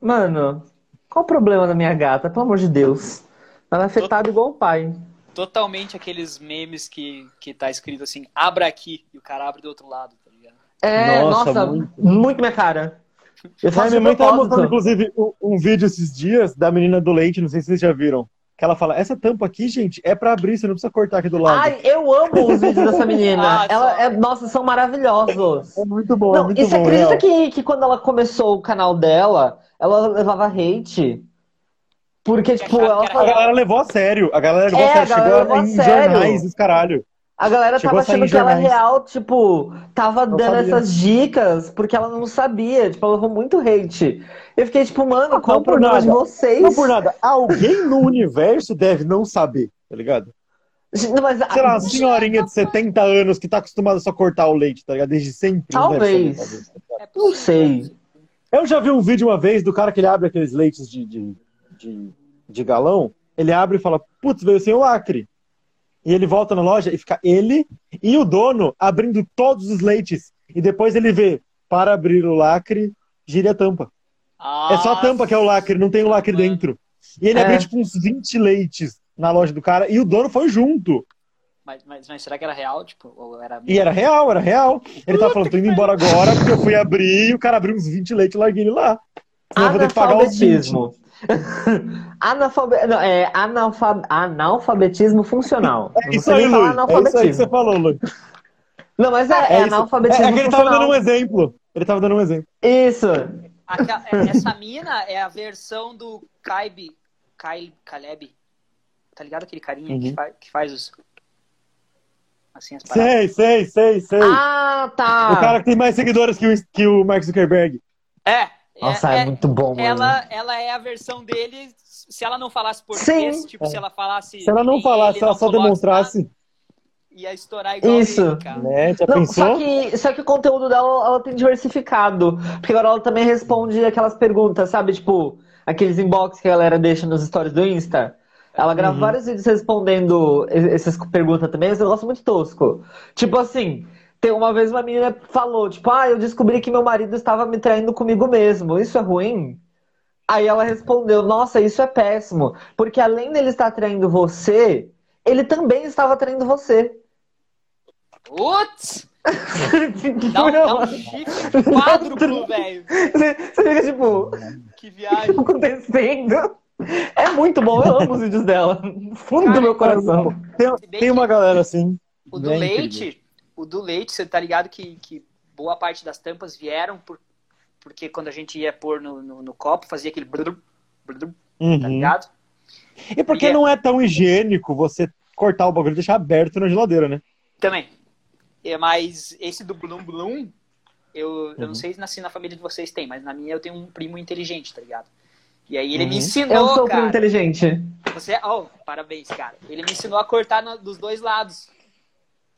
S1: Mano, qual o problema da minha gata? Pelo amor de Deus. Ela é afetada igual o pai.
S3: Totalmente aqueles memes que, que tá escrito assim, abra aqui, e o cara abre do outro lado, tá ligado?
S1: É,
S2: Nossa,
S1: nossa,
S2: muito.
S1: muito. minha cara. Eu
S2: Mas
S1: faço
S2: minha
S1: de
S2: mãe tá tava
S1: propósito.
S2: mostrando, inclusive, um, um vídeo esses dias da menina do leite, não sei se vocês já viram. Que ela fala, essa tampa aqui, gente, é pra abrir, você não precisa cortar aqui do lado.
S1: Ai, eu amo os vídeos dessa menina.
S3: Nossa.
S1: Ela é, nossa, são maravilhosos.
S2: é muito bom, é
S1: Não,
S2: muito
S1: e você
S2: bom.
S1: acredita
S2: real.
S1: que, que quando ela começou o canal dela, ela levava hate? Porque, tipo,
S3: achava
S1: ela
S3: que
S2: A
S1: falava-
S2: galera levou a sério. A galera levou
S1: É,
S2: a
S1: a
S2: sério.
S1: galera
S2: Chegou
S1: levou a
S2: em
S1: sério.
S2: jornais, os caralho.
S1: a galera
S2: Chegou
S1: tava
S2: a sair
S1: achando
S2: em
S1: que ela
S2: jornais.
S1: real, tipo, tava
S2: Não
S1: dando
S2: sabia.
S1: essas dicas porque ela não sabia. Tipo, ela levou muito hate. Eu fiquei, tipo, mano, qual
S2: não
S1: o
S2: por
S1: problema de
S2: nada.
S1: vocês?
S2: Não por nada.
S1: (laughs)
S2: Alguém no universo deve não saber, tá ligado?
S1: Gente, não, mas,
S2: Sei lá, uma senhorinha de 70 anos que tá acostumada só a cortar o leite, tá ligado? Desde sempre. não deve
S1: Talvez.
S2: saber fazer.
S3: É
S1: não
S3: possível.
S1: sei.
S2: Eu já vi um vídeo uma vez do cara que ele abre aqueles leites de, de, de, de galão. Ele abre e fala, putz, veio sem o lacre. E ele volta na loja e fica ele e o dono abrindo todos os leites. E depois ele vê, para abrir o lacre, gire a tampa. É só a tampa que é o lacre, não tem o lacre
S3: mano.
S2: dentro. E ele
S1: É.
S2: abriu tipo uns 20 leites na loja do cara e o dono foi junto.
S3: Mas, mas, mas será que era real? Tipo, ou era.
S2: E era real, era real. Ele tava falando, tô indo embora agora, porque eu fui abrir e o cara abriu uns 20 leites e larguei ele lá. Senão eu vou ter que pagar os 20.
S1: Analfabetismo. Analfabe... não, é, analfa- analfabetismo funcional.
S2: É isso aí,
S1: falar
S2: Lu. É isso aí que você falou, Lu.
S1: Não, mas é,
S2: É
S1: é
S2: isso.
S1: analfabetismo
S2: É, é que ele tava
S1: funcional.
S2: dando um exemplo. Ele tava dando um exemplo.
S1: Isso.
S3: Aquela- é- essa mina é a versão do Kaibe. Kyle, Caleb. Tá ligado aquele carinha que,
S2: Uhum.
S3: faz, que faz os. Assim, as paradas.
S2: Sei, sei, sei, sei.
S1: Ah, tá.
S2: O cara que tem mais seguidores que o, que o Mark Zuckerberg.
S3: É, é,
S1: Nossa, é,
S3: é-
S1: muito bom, mano.
S3: ela,
S2: né?
S3: ela é a versão dele. Se ela não falasse português,
S1: Sim.
S3: tipo, se ela falasse.
S2: é. Se ela não
S3: ele
S2: falasse, se ela
S3: não
S2: só
S3: coloca-
S2: demonstrasse,
S3: Ia estourar igual
S1: Isso.
S3: ele, cara.
S2: né? Já
S1: assim, tá? Não, só
S2: pensou?
S1: que, só que o conteúdo dela ela tem diversificado. Porque agora ela também responde aquelas perguntas, sabe? Tipo, aqueles inbox que a galera deixa nos stories do Insta. Ela grava
S2: Uhum.
S1: vários vídeos respondendo e- essas perguntas também, mas eu gosto muito tosco. Tipo assim, tem uma vez uma menina falou, tipo, ah, eu descobri que meu marido estava me traindo comigo mesmo. Isso é ruim? Aí ela respondeu, nossa, isso é péssimo. Porque além dele estar traindo você, ele também estava traindo você. (laughs)
S3: Putz! Dá um, dá um
S2: (laughs)
S3: chifre quádruplo, velho.
S1: Você você fica tipo,
S3: Que
S1: o que tá (laughs)
S3: viagem.
S1: acontecendo? É muito bom, eu amo os vídeos dela. No fundo do meu coração.
S3: Se
S2: Tem,
S3: bem
S2: tem uma galera assim.
S3: O do
S2: né, incrível.
S3: leite, o do leite, você tá ligado que, que boa parte das tampas vieram por, porque quando a gente ia pôr no, no, no copo, fazia aquele brudum, brudum, tá
S2: Uhum.
S3: ligado?
S2: E porque não é tão higiênico você cortar o bagulho e deixar aberto na geladeira, né?
S3: Também. É, mas esse do blum blum, eu, eu
S2: Uhum.
S3: não sei se na, se na família de vocês tem, mas na minha eu tenho um primo inteligente, tá ligado? E aí ele me
S2: Uhum.
S3: ensinou,
S1: Eu sou É o primo
S3: cara.
S1: inteligente.
S3: Você, ó, parabéns, cara. Ele me ensinou a cortar na- dos dois lados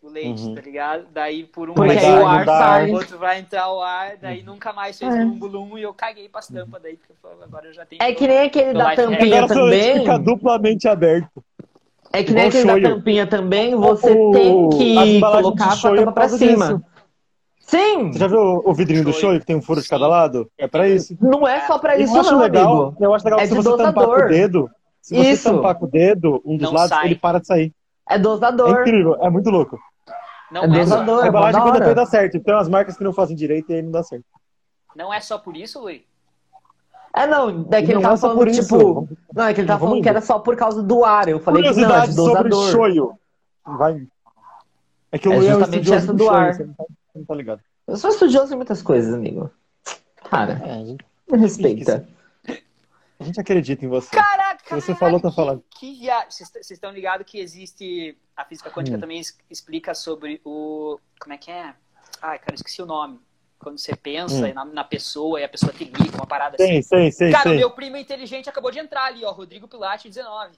S3: o leite,
S2: Uhum.
S3: tá ligado? Daí por um
S1: Porque
S3: vai
S2: aí
S3: sair
S2: o
S3: o
S2: ar
S3: ar,
S1: sai.
S3: o outro vai entrar o ar,
S2: Uhum.
S3: daí nunca mais fez
S1: É.
S3: um bulum e eu caguei pras tampas daí, porque eu falo, agora eu já tenho.
S1: É que nem aquele da
S3: Life hack.
S1: tampinha
S2: Agora seu leite
S1: também.
S2: fica duplamente aberto.
S1: É que nem aquele da
S2: Bolshoio.
S1: tampinha também, você
S2: O-
S1: tem
S2: a
S1: que
S2: embalagem
S1: colocar
S2: de
S1: com a
S2: shoyu
S1: tampa
S2: é por
S1: pra
S2: causa
S1: cima.
S2: disso.
S1: Sim!
S2: Você já viu o vidrinho do show que tem um furo de cada lado? É pra isso.
S1: Não é só pra isso,
S2: eu acho
S1: não,
S2: legal,
S1: amigo.
S2: Eu acho legal
S1: É
S2: se
S1: de
S2: você tampar
S1: dosador.
S2: com o dedo. Se você
S1: Isso.
S2: tampar com o dedo, um dos
S3: Não
S2: lados,
S3: sai.
S2: ele para de sair.
S1: É
S2: É
S1: dosador.
S2: incrível, é muito louco.
S3: Não
S1: É
S3: é, só,
S1: dosador.
S2: A
S1: É bom
S2: embalagem
S1: da
S2: quando depois
S1: hora.
S2: dá certo. Tem umas marcas que não fazem direito e aí não dá certo.
S3: não é só por isso, Luiz.
S1: É não, é que ele
S2: Não
S1: tava
S2: é só
S1: falando,
S2: por isso.
S1: tipo. Não, é que ele tava
S2: Vamos
S1: falando que
S2: indo.
S1: era só por causa do ar. Eu falei que não, é
S2: Curiosidade
S1: de
S2: sobre
S1: dosador.
S2: shoyu. Vai. É que o
S1: É
S2: Lu é um
S1: justamente
S2: estudioso
S1: essa
S2: do
S1: do
S2: shoyu,
S1: ar.
S2: você não tá- você não tá ligado.
S1: Eu sou estudioso em muitas coisas, amigo. Para,
S2: É, a gente-
S1: me respeita.
S2: a gente acredita em você.
S3: Caraca!
S2: Se você falou, tá falando.
S3: Que viagem. Vocês vocês estão ligados que existe. A física quântica
S2: Hum.
S3: também es- explica sobre o. Como é que é? Ai, cara, eu esqueci o nome. Quando você pensa
S2: Hum.
S3: na, na pessoa e a pessoa te liga, uma parada assim.
S2: Sei, sei, sei,
S3: Cara, o
S2: sei.
S3: meu primo inteligente acabou de entrar ali, ó. Rodrigo Pilate, 19.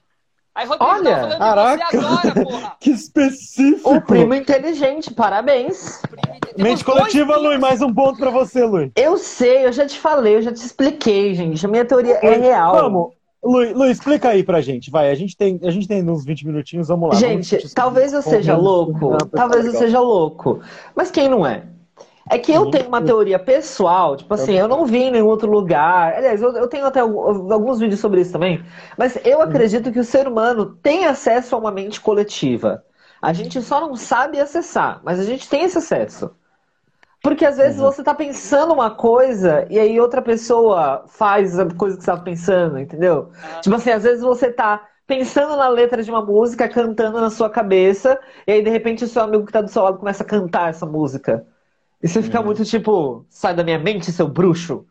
S3: Aí, Rodrigo,
S1: Olha,
S3: tava falando de
S2: caraca.
S3: você agora,
S2: (laughs)
S3: porra.
S2: Que específico.
S1: O primo inteligente, parabéns.
S3: Primo inte- Temos
S2: Mente
S3: dois
S2: coletiva,
S3: primos.
S2: Lu, e mais um ponto pra você, Lu.
S1: Eu sei, eu já te falei, eu já te expliquei, gente. A minha teoria é real.
S2: Vamos. Lu, Lu, explica aí pra gente, vai. A gente tem, a gente tem uns 20 minutinhos, vamos lá. vamos
S1: gente,
S2: discutir isso.
S1: talvez eu
S2: Vamos
S1: seja
S2: ver.
S1: louco,
S2: Não, tá
S1: talvez eu
S2: legal.
S1: seja louco. Mas quem não é? É que
S2: Uhum.
S1: eu tenho uma teoria pessoal, tipo assim, eu não vi em nenhum outro lugar. Aliás, eu, eu tenho até al- alguns vídeos sobre isso também. Mas
S2: Uhum.
S1: eu acredito que o ser humano tem acesso a uma mente coletiva. A gente só não sabe acessar, mas a gente tem esse acesso. Porque às vezes
S2: Uhum.
S1: você tá pensando uma coisa e aí outra pessoa faz a coisa que você tava pensando, entendeu?
S3: Ah,
S1: Tipo assim, às vezes você tá pensando na letra de uma música, cantando na sua cabeça, e aí de repente o seu amigo que tá do seu lado começa a cantar essa música. E você fica
S2: É.
S1: muito tipo, sai da minha mente, seu bruxo.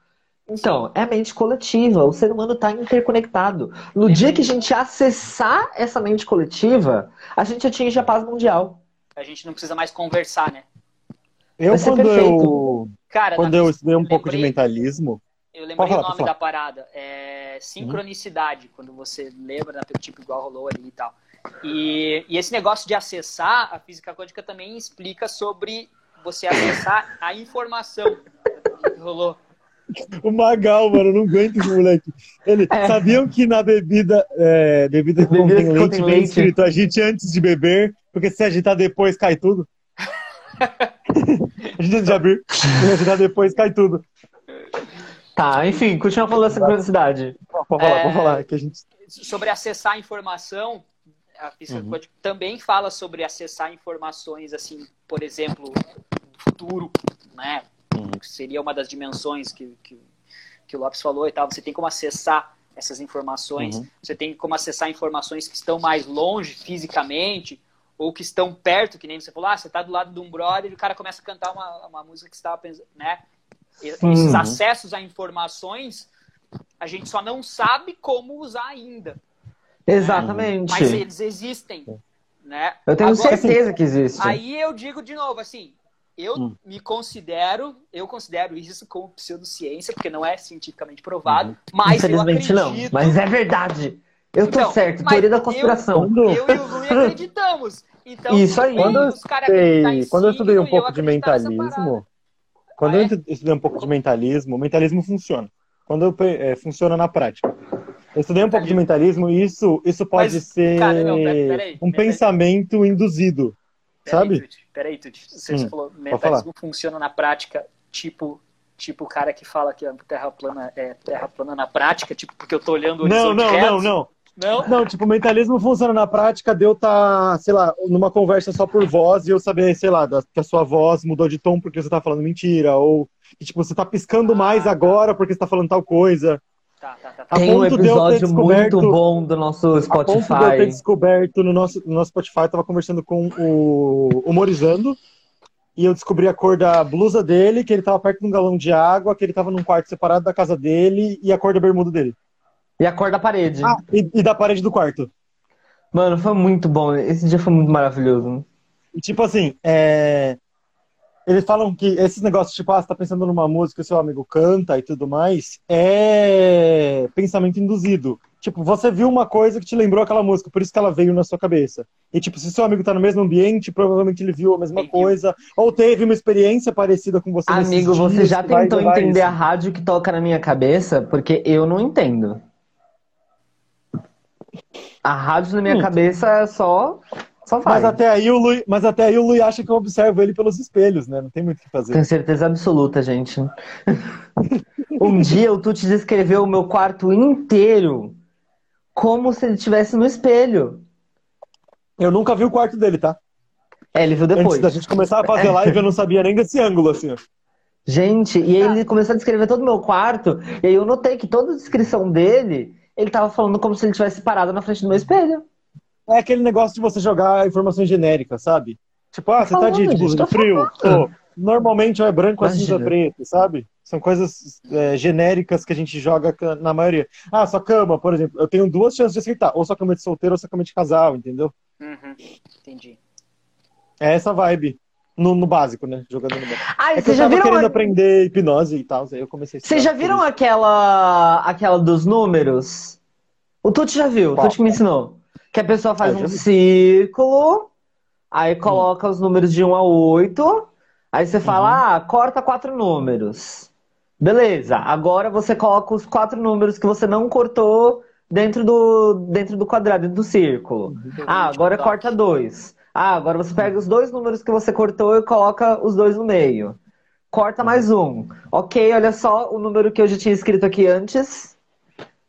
S1: Então, é a mente coletiva, o ser humano tá interconectado. No dia que a gente acessar essa mente coletiva, a gente atinge a paz mundial.
S3: A gente não precisa mais conversar, né?
S2: Eu,
S1: Vai ser
S2: quando eu,
S1: perfeito.
S3: Cara,
S2: quando
S3: na-
S2: eu estudei um pouco de
S3: lembrei-
S2: mentalismo,
S3: Eu
S2: Pode
S3: lembrei
S2: falar,
S3: o nome
S2: pode falar.
S3: da parada. É sincronicidade, quando você lembra, né, tipo, igual rolou ali e tal. E, e esse negócio de acessar a física quântica também explica sobre você acessar a informação. (laughs) Rolou.
S2: o Magal, mano, eu não aguento esse moleque. Ele,
S1: É.
S2: Sabiam que na bebida, é, bebida que
S1: Bebida que
S2: contém leite,
S1: contém
S2: vem
S1: leite.
S2: escrito a gente antes de beber, porque se agitar depois
S1: (laughs)
S2: cai tudo? a gente antes de abrir, se agitar depois cai tudo.
S1: Tá, enfim, continua falando da sincronicidade.
S2: Pode falar,
S3: É.
S2: pode falar, que a gente
S3: sobre acessar a informação, a física
S2: Uhum.
S3: quântica também fala sobre acessar informações, assim, por exemplo, do futuro, né?
S2: Uhum.
S3: Que seria uma das dimensões que, que, que o Lopes falou e tal. Você tem como acessar essas informações,
S2: Uhum.
S3: você tem como acessar informações que estão mais longe fisicamente ou que estão perto, que nem você falou, ah, você tá do lado de um brother e o cara começa a cantar uma, uma música que você estava pensando, né? E-
S1: Sim.
S2: Uhum.
S3: Esses acessos a informações, a gente só não sabe como usar ainda.
S1: Exatamente.
S3: Mas eles existem, né?
S1: Eu tenho
S3: Agora,
S1: certeza que existe.
S3: Aí eu digo de novo, assim, eu
S2: Hum.
S3: me considero, eu considero isso como pseudociência, porque não é cientificamente
S1: Uhum.
S3: provado, mas eu
S1: Infelizmente não,
S3: acredito.
S1: mas é verdade. Eu tô
S3: Então,
S1: certo,
S3: mas
S1: teoria da
S3: eu-
S1: conspiração.
S2: Quando-
S3: Eu e o
S2: (laughs)
S3: Lui acreditamos. Então,
S1: Isso aí.
S2: Quando eu
S3: os caras acreditar Tá em
S2: Sei, quando eu
S3: signo
S2: estudei um
S3: e
S2: pouco de
S3: acreditar nessa parada.
S2: mentalismo, quando
S3: Ah,
S2: eu
S3: é?
S2: estu- estudei um pouco de mentalismo, o mentalismo funciona. Quando eu, pe- eh, funciona na prática. Eu estudei um pouco de mentalismo e isso, isso pode
S3: Mas,
S2: ser
S3: cara, não, pera- peraí,
S2: um
S3: peraí.
S2: pensamento induzido,
S3: Peraí,
S2: sabe?
S3: Tuti, Peraí, Tuti. Você
S2: Hum,
S3: falou,
S2: falar.
S3: mentalismo funciona na prática, tipo, tipo o cara que fala que a terra plana é terra plana na prática, tipo, porque eu tô olhando o
S2: Não,
S3: horizonte
S2: não,
S3: reto.
S2: não, não.
S3: Não?
S2: Não, tipo, o mentalismo funciona na prática de eu estar, sei lá, numa conversa só por voz e eu saber, sei lá, da- que a sua voz mudou de tom porque você tá falando mentira, ou que, tipo, você tá piscando
S3: Ah,
S2: mais
S3: tá.
S2: agora porque você tá falando tal coisa.
S3: Tá, tá, tá.
S2: A
S3: tá.
S1: Tem um
S2: ponto de eu ter
S1: episódio muito
S2: descoberto-
S1: bom do nosso
S2: A ponto de eu ter
S1: Spotify.
S2: descoberto no nosso, no nosso Spotify, eu tava conversando com o Humorizando, e eu descobri a cor da blusa dele, que ele tava perto de um galão de água, que ele tava num quarto separado da casa dele, e a cor da bermuda dele.
S1: E a cor da parede.
S2: Ah, e, e da parede do quarto.
S1: Mano, foi muito bom. Esse dia foi muito maravilhoso.
S2: E tipo assim, é... eles falam que esses negócios, tipo, ah, você tá pensando numa música, seu amigo canta e tudo mais, é pensamento induzido. Tipo, você viu uma coisa que te lembrou aquela música, por isso que ela veio na sua cabeça. E tipo, se seu amigo tá no mesmo ambiente, provavelmente ele viu a mesma
S3: Ele viu.
S2: coisa, ou teve uma experiência parecida com você. nesses
S1: Amigo, você
S2: dias,
S1: já
S2: vai
S1: tentou
S2: levar
S1: entender a
S2: isso.
S1: rádio que toca na minha cabeça? Porque eu não entendo. A rádio na minha
S2: Hum.
S1: cabeça é só. Só
S2: Mas
S1: faz.
S2: até, aí o Lui, mas até aí o Lui acha que eu observo ele pelos espelhos, né? Não tem muito o que fazer.
S1: Tenho certeza absoluta, gente. um dia o Tuti descreveu o meu quarto inteiro como se ele estivesse no espelho.
S2: Eu nunca vi o quarto dele, tá?
S1: É, ele viu
S2: Antes
S1: depois. É.
S2: da gente começar a fazer live, eu não sabia nem desse ângulo, assim, ó.
S1: Gente, e aí ele começou a descrever todo o meu quarto, e aí eu notei que toda a descrição dele, ele tava falando como se ele tivesse parado na frente do meu espelho.
S2: É aquele negócio de você jogar informações genéricas, sabe? Tipo, ah, você tá de,
S1: Falando,
S2: de
S1: gente,
S2: blusa
S1: tô
S2: frio? Tô. Normalmente ou é branco ou é cinza
S1: Imagina.
S2: preto, sabe? São coisas é, genéricas que a gente joga ca- na maioria. Ah, sua cama, por exemplo. Eu tenho duas chances de acertar. Ou sua cama de solteiro ou sua cama de casal, entendeu?
S3: Uhum. Entendi.
S2: É essa vibe. No, no básico, né? Jogando no básico.
S1: Ai,
S2: É que eu
S1: vocês já
S2: tava
S1: viram,
S2: querendo
S1: a-
S2: aprender hipnose e tal. Aí eu comecei a
S1: vocês já
S2: estudar
S1: viram
S2: por
S1: aquela aquela dos números? O Tuti já viu, o
S2: Qual? Ah,
S1: Tuti me ensinou. Que a pessoa faz
S2: Eu já
S1: um
S2: vi. Hum.
S1: círculo, aí coloca os números de 1 a 8, aí você fala,
S2: Uhum.
S1: ah, corta quatro números. Beleza, agora você coloca os quatro números que você não cortou dentro do, dentro do quadrado, dentro do círculo. Ah, agora corta dois. Ah, agora você pega os dois números que você cortou e coloca os dois no meio. Corta mais um. Ok, olha só o número que eu já tinha escrito aqui antes.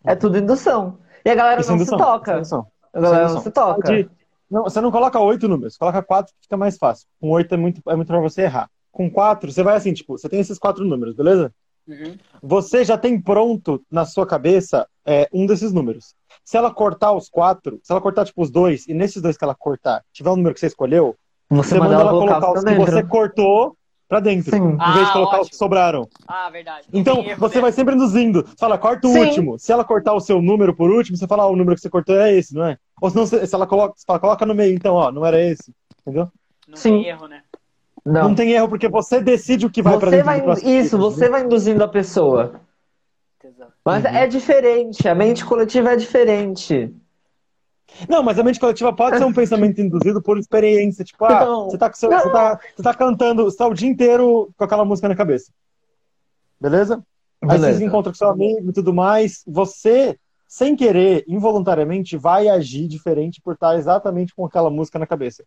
S1: É tudo indução. E a galera
S2: Isso é
S1: não
S2: indução,
S1: se
S2: isso é
S1: toca.
S2: indução.
S1: A galera
S2: indução.
S1: não se toca.
S2: Pode- Não, você não coloca oito números, coloca quatro que fica mais fácil. Com oito é muito, é muito pra você errar. Com quatro, você vai assim, tipo, você tem esses quatro números, beleza?
S3: Uhum.
S2: Você já tem pronto na sua cabeça é, um desses números. Se ela cortar os quatro, se ela cortar tipo os dois, e nesses dois que ela cortar, tiver o número que você escolheu, você, manda ela colocar os que você cortou pra dentro.
S1: Sim.
S2: Em vez
S3: Ah,
S2: de colocar os
S3: ótimo.
S2: que sobraram.
S3: Ah, verdade. Não
S2: Então,
S3: tem erro né?
S2: você
S3: dessa.
S2: vai sempre induzindo. Você Fala, corta o
S1: Sim.
S2: último. Se ela cortar o seu número por último, você fala, ah, o número que você cortou é esse, não é? Ou senão, se se ela coloca, você fala, coloca no meio, então, ó, não era esse. Entendeu?
S3: Não
S1: Sim.
S3: tem erro, né?
S2: Não,
S1: Não.
S2: tem erro, porque você decide o que vai pra
S1: Você
S2: dentro
S1: vai,
S2: do próximo.
S1: isso, você vai induzindo a pessoa.
S3: Exato.
S1: Mas
S2: Uhum.
S1: é diferente, a mente coletiva é diferente.
S2: Não, mas a mente coletiva pode
S1: (laughs)
S2: ser um pensamento induzido por experiência. Tipo, ah,
S1: Então-
S2: você, tá com seu,
S1: Não.
S2: você, tá, você tá cantando, você tá o dia inteiro com aquela música na cabeça. Beleza? Aí você se encontra com seu amigo e tudo mais. Você, sem querer, involuntariamente, vai agir diferente por estar exatamente com aquela música na cabeça.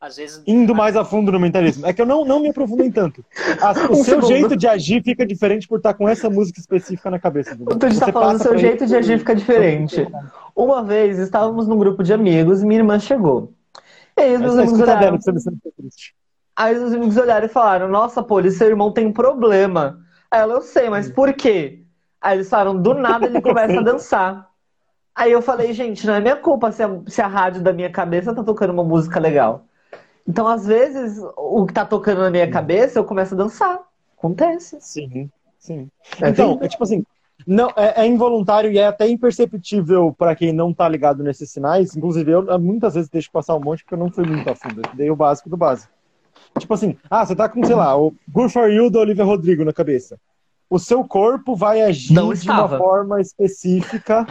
S3: Às vezes.
S2: Indo mais a fundo no mentalismo. É que eu não, não me aprofundei tanto. As- o
S1: Um
S2: seu
S1: segundo.
S2: jeito de agir fica diferente por estar com essa música específica na cabeça. entendeu?
S1: O Tudy tá
S2: Você
S1: falando,
S2: passa
S1: seu
S2: pra
S1: jeito
S2: ele-
S1: de agir fica diferente.
S2: né?
S1: Uma vez estávamos num grupo de amigos e minha irmã chegou. E aí os meus
S2: Mas é não
S1: amigos
S2: escuta a
S1: olharam.
S2: Dani, tá pra você não ser triste.
S1: Aí os meus amigos olharam e falaram: Nossa, Poli, seu irmão tem um problema. Aí ela, eu sei,
S2: Hum.
S1: mas por quê? Aí eles falaram: Do nada ele
S2: (laughs)
S1: começa a dançar. Aí eu falei: Gente, não é minha culpa se a, se a rádio da minha cabeça tá tocando uma música legal. Então, às vezes, o que tá tocando na
S2: Hum.
S1: minha cabeça, eu começo a dançar. Acontece.
S2: Sim, sim.
S1: É
S2: então,
S1: vida.
S2: é tipo assim, não, é, é involuntário e é até imperceptível pra quem não tá ligado nesses sinais. Inclusive, eu eh, muitas vezes deixo passar um monte porque eu não fui muito a fundo. Eu dei o básico do básico. Tipo assim, ah, você tá com, sei lá, o Good For You do Olivia Rodrigo na cabeça. O seu corpo vai agir
S1: Não
S2: de uma
S1: estava.
S2: forma específica,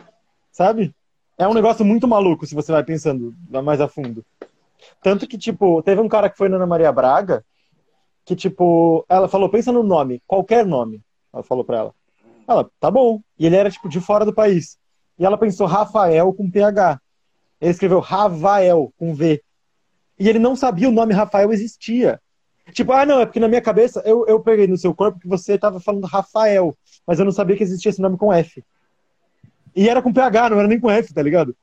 S2: sabe? É um negócio muito maluco se você vai pensando mais a fundo. Tanto que, tipo, teve um cara que foi na Ana Maria Braga, que, tipo, ela falou, pensa no nome, qualquer nome. Ela falou pra ela. Ela, tá bom. E ele era, tipo, de fora do país. E ela pensou Rafael com PH. Ele escreveu Ravael com V. E ele não sabia o nome Rafael existia. Tipo, ah, não, é porque na minha cabeça eu, eu peguei no seu corpo que você tava falando Rafael, mas eu não sabia que existia esse nome com F. E era com PH, não era nem com F, tá ligado?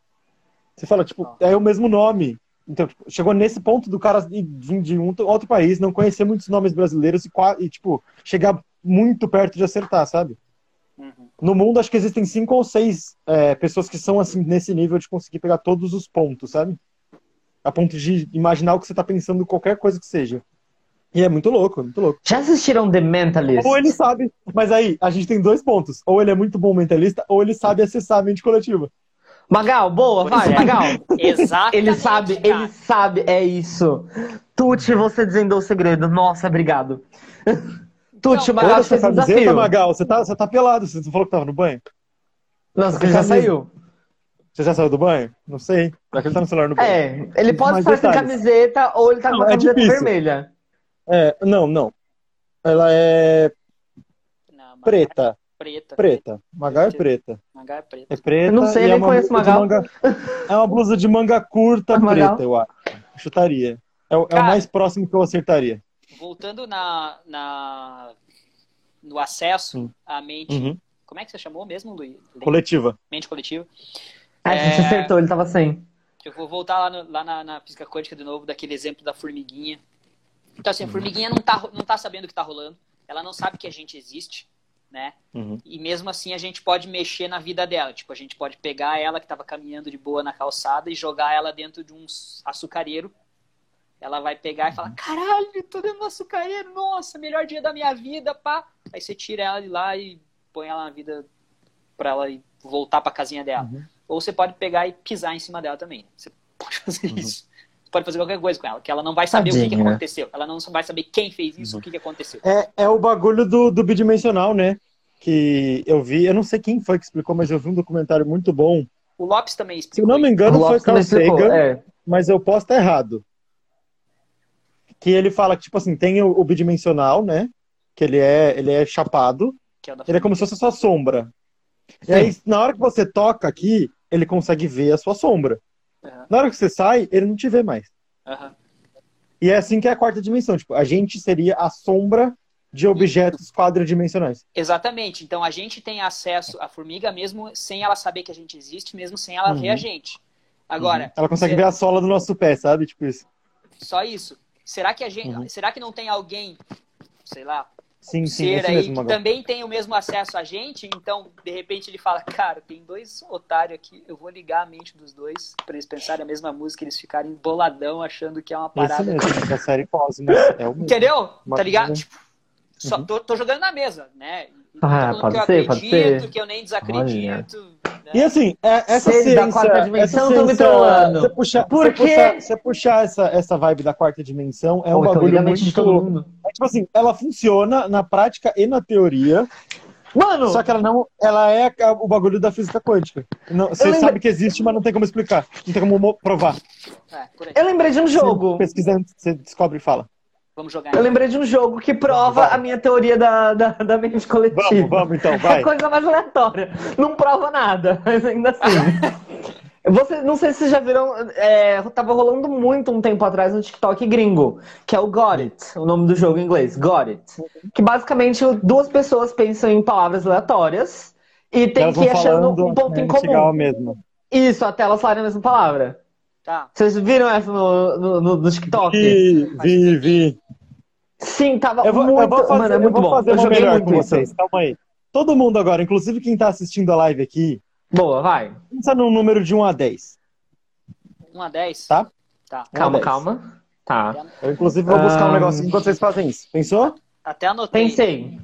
S2: Você fala, tipo, é o mesmo nome. Então, tipo, chegou nesse ponto do cara ir- vir de um outro país, não conhecer muitos nomes brasileiros e, qua- e, tipo, chegar muito perto de acertar, sabe?
S3: Uhum.
S2: No mundo, acho que existem cinco ou seis é, pessoas que são assim nesse nível de conseguir pegar todos os pontos, sabe? A ponto de imaginar o que você tá pensando, qualquer coisa que seja. E é muito louco, é muito louco.
S1: Já assistiram The Mentalist?
S2: Ou ele sabe, mas aí a gente tem dois pontos. Ou ele é muito bom mentalista, ou ele sabe acessar a mente coletiva.
S1: Magal, boa,
S3: Pois
S1: vai,
S3: é.
S2: (laughs)
S1: Magal.
S2: Tá
S3: Exatamente.
S1: Ele sabe,
S3: cara.
S1: ele sabe, é isso. Tuti, você desvendou o segredo. Nossa, obrigado. (laughs) Tuti, o
S3: Então,
S1: Magal
S2: Olha
S1: fez
S2: essa
S1: um
S2: camiseta,
S1: desafio.
S2: Magal, você tá, você tá pelado, você falou que tava no banho?
S1: Nossa, que ele já
S2: camisa.
S1: saiu.
S2: Você já saiu do banho? Não sei. Será que ele tá no celular no banho?
S1: É, ele pode
S2: Mais
S1: estar sem
S2: detalhes.
S1: camiseta ou ele tá com
S2: Não,
S1: uma
S2: é
S1: camiseta
S2: difícil.
S1: vermelha.
S2: É, não, não. Ela é
S3: Não, Magal é
S2: preta.
S3: Preta.
S2: Preta. Magal é preta.
S3: Magal é preta.
S2: É preta.
S1: Eu não sei,
S2: e
S1: eu
S2: é
S1: nem
S2: uma
S1: conheço
S2: blusa de
S1: Magal.
S2: manga- É uma blusa de manga curta
S1: Magal.
S2: preta, eu acho. Chutaria. É, o- é
S3: Cara.
S2: o mais próximo que eu acertaria.
S3: Voltando na, na, no acesso
S2: Hum.
S3: à mente.
S1: Uhum.
S3: Como é que você chamou mesmo, Luiz?
S2: Coletiva.
S3: Mente coletiva.
S1: A gente
S3: É.
S1: acertou, ele tava sem.
S3: Eu vou voltar lá, no- lá na, na física quântica de novo, daquele exemplo da formiguinha. Então, assim, a formiguinha não tá, ro- não tá sabendo o que tá rolando. Ela não sabe que a gente existe, né?
S2: Uhum.
S3: E mesmo assim, a gente pode mexer na vida dela. Tipo, a gente pode pegar ela que tava caminhando de boa na calçada e jogar ela dentro de um s- açucareiro. Ela vai pegar e falar:
S2: Uhum.
S3: caralho, tô dentro do açucareiro, nossa, melhor dia da minha vida, pá. Aí você tira ela de lá e põe ela na vida pra ela ir voltar pra casinha dela.
S2: Uhum.
S3: Ou você pode pegar e pisar em cima dela também. Você pode fazer
S2: Uhum.
S3: isso. Você pode fazer qualquer coisa com ela, que ela não vai saber o que que,
S1: Tadinha.
S3: aconteceu. Ela não vai saber quem fez
S2: Uhum.
S3: isso, o que, que aconteceu.
S2: É, é o bagulho do, do bidimensional, né? Que eu vi, eu não sei quem foi que explicou, mas eu vi um documentário muito bom.
S3: O Lopes também
S2: Se eu não
S3: explicou.
S2: me
S1: O
S2: engano, foi
S1: Lopes
S2: Carl
S1: também explicou,
S2: Sagan.
S1: é.
S2: mas eu posso estar errado. Que ele fala que, tipo assim, tem o, o bidimensional, né? Que ele é, ele é chapado.
S3: que é o da
S2: Ele é como se fosse a sua sombra. E aí, na hora que você toca aqui, ele consegue ver a sua sombra.
S3: Aham.
S2: Na hora que você sai, ele não te vê mais.
S3: Aham.
S2: E é assim que é a quarta dimensão. Tipo, a gente seria a sombra de objetos quadridimensionais.
S3: Exatamente. Então a gente tem acesso à formiga mesmo sem ela saber que a gente existe, mesmo sem ela ver
S2: Uhum.
S3: a gente. Agora,
S2: Ela consegue
S3: se-
S2: ver a sola do nosso pé, sabe? Tipo isso.
S3: só isso. Será que a gente,
S2: Uhum.
S3: será que não tem alguém, sei lá,
S2: Sim, sim, é
S3: ser
S2: isso
S3: aí
S2: mesmo,
S3: que
S2: Magal.
S3: também tem o mesmo acesso a gente, então de repente ele fala, cara, tem dois otários aqui, eu vou ligar a mente dos dois pra eles pensarem a mesma música, eles ficarem boladão achando que é uma
S5: Esse
S3: parada.
S5: mesmo, da série Cosmos. É o mesmo.
S3: Entendeu?
S5: Uma
S3: tá ligado?
S5: coisa-
S3: Tipo, só tô, tô jogando na mesa, né? E
S1: Ah,
S3: todo mundo
S1: pode
S3: que eu
S1: ser, pode
S3: acredito,
S1: ser.
S3: que eu nem desacredito. né?
S2: E assim, é- essa
S1: Seres da
S2: ciência,
S1: quarta dimensão
S2: essa
S1: tão me trollando.
S2: você puxar,
S1: Por
S2: você
S1: quê?
S2: puxar, você puxar essa, essa vibe da quarta dimensão é um
S1: Ou então
S2: bagulho
S1: ligamento
S2: muito...
S1: de todo mundo.
S2: É, tipo assim, ela funciona na prática e na teoria,
S1: Mano,
S2: só que ela não, ela é a- o bagulho da física quântica. Não, você
S1: lembrei-
S2: sabe que existe, mas não tem como explicar, não tem como mo- provar.
S3: É, por aí.
S1: eu lembrei de um jogo.
S2: Você pesquisa, você descobre e fala.
S3: Vamos jogar.
S1: Eu lembrei de um jogo que prova a minha teoria da, da, da mente coletiva.
S2: Vamos, vamos (laughs) então,
S1: É
S2: vai.
S1: a coisa mais aleatória. Não prova nada, (laughs) mas ainda assim. Você, não sei se vocês já viram, é, tava rolando muito um tempo atrás no TikTok gringo, que é o Got It, o nome do jogo em inglês, Got It. Que basicamente duas pessoas pensam em palavras aleatórias e tem
S2: Elas
S1: que ir
S2: vão
S1: achando
S2: falando né,
S1: um ponto
S2: até
S1: em
S2: chegar ao
S1: comum.
S2: mesmo.
S1: Isso, até elas falarem a mesma palavra.
S3: Tá.
S1: Vocês viram essa no, no, no- no TikTok?
S2: Vi, vi, vi.
S1: Sim, tava
S2: Eu vou,
S1: muito.
S2: eu vou fazer,
S1: mano, é muito
S2: eu vou
S1: bom.
S2: fazer
S1: eu
S2: uma
S1: joguei
S2: melhor
S1: muito
S2: com
S1: isso.
S2: vocês. Calma aí. Todo mundo agora, inclusive quem tá assistindo a live aqui,
S1: Boa, vai.
S2: pensa num número de 1 a 10.
S3: 1 a 10.
S2: Tá.
S3: Tá.
S1: Calma,
S2: 10.
S1: calma. Tá.
S2: Eu, inclusive, vou buscar um
S1: Ah.
S2: negocinho enquanto vocês fazem isso. Pensou?
S3: Até anotei.
S1: Pensei.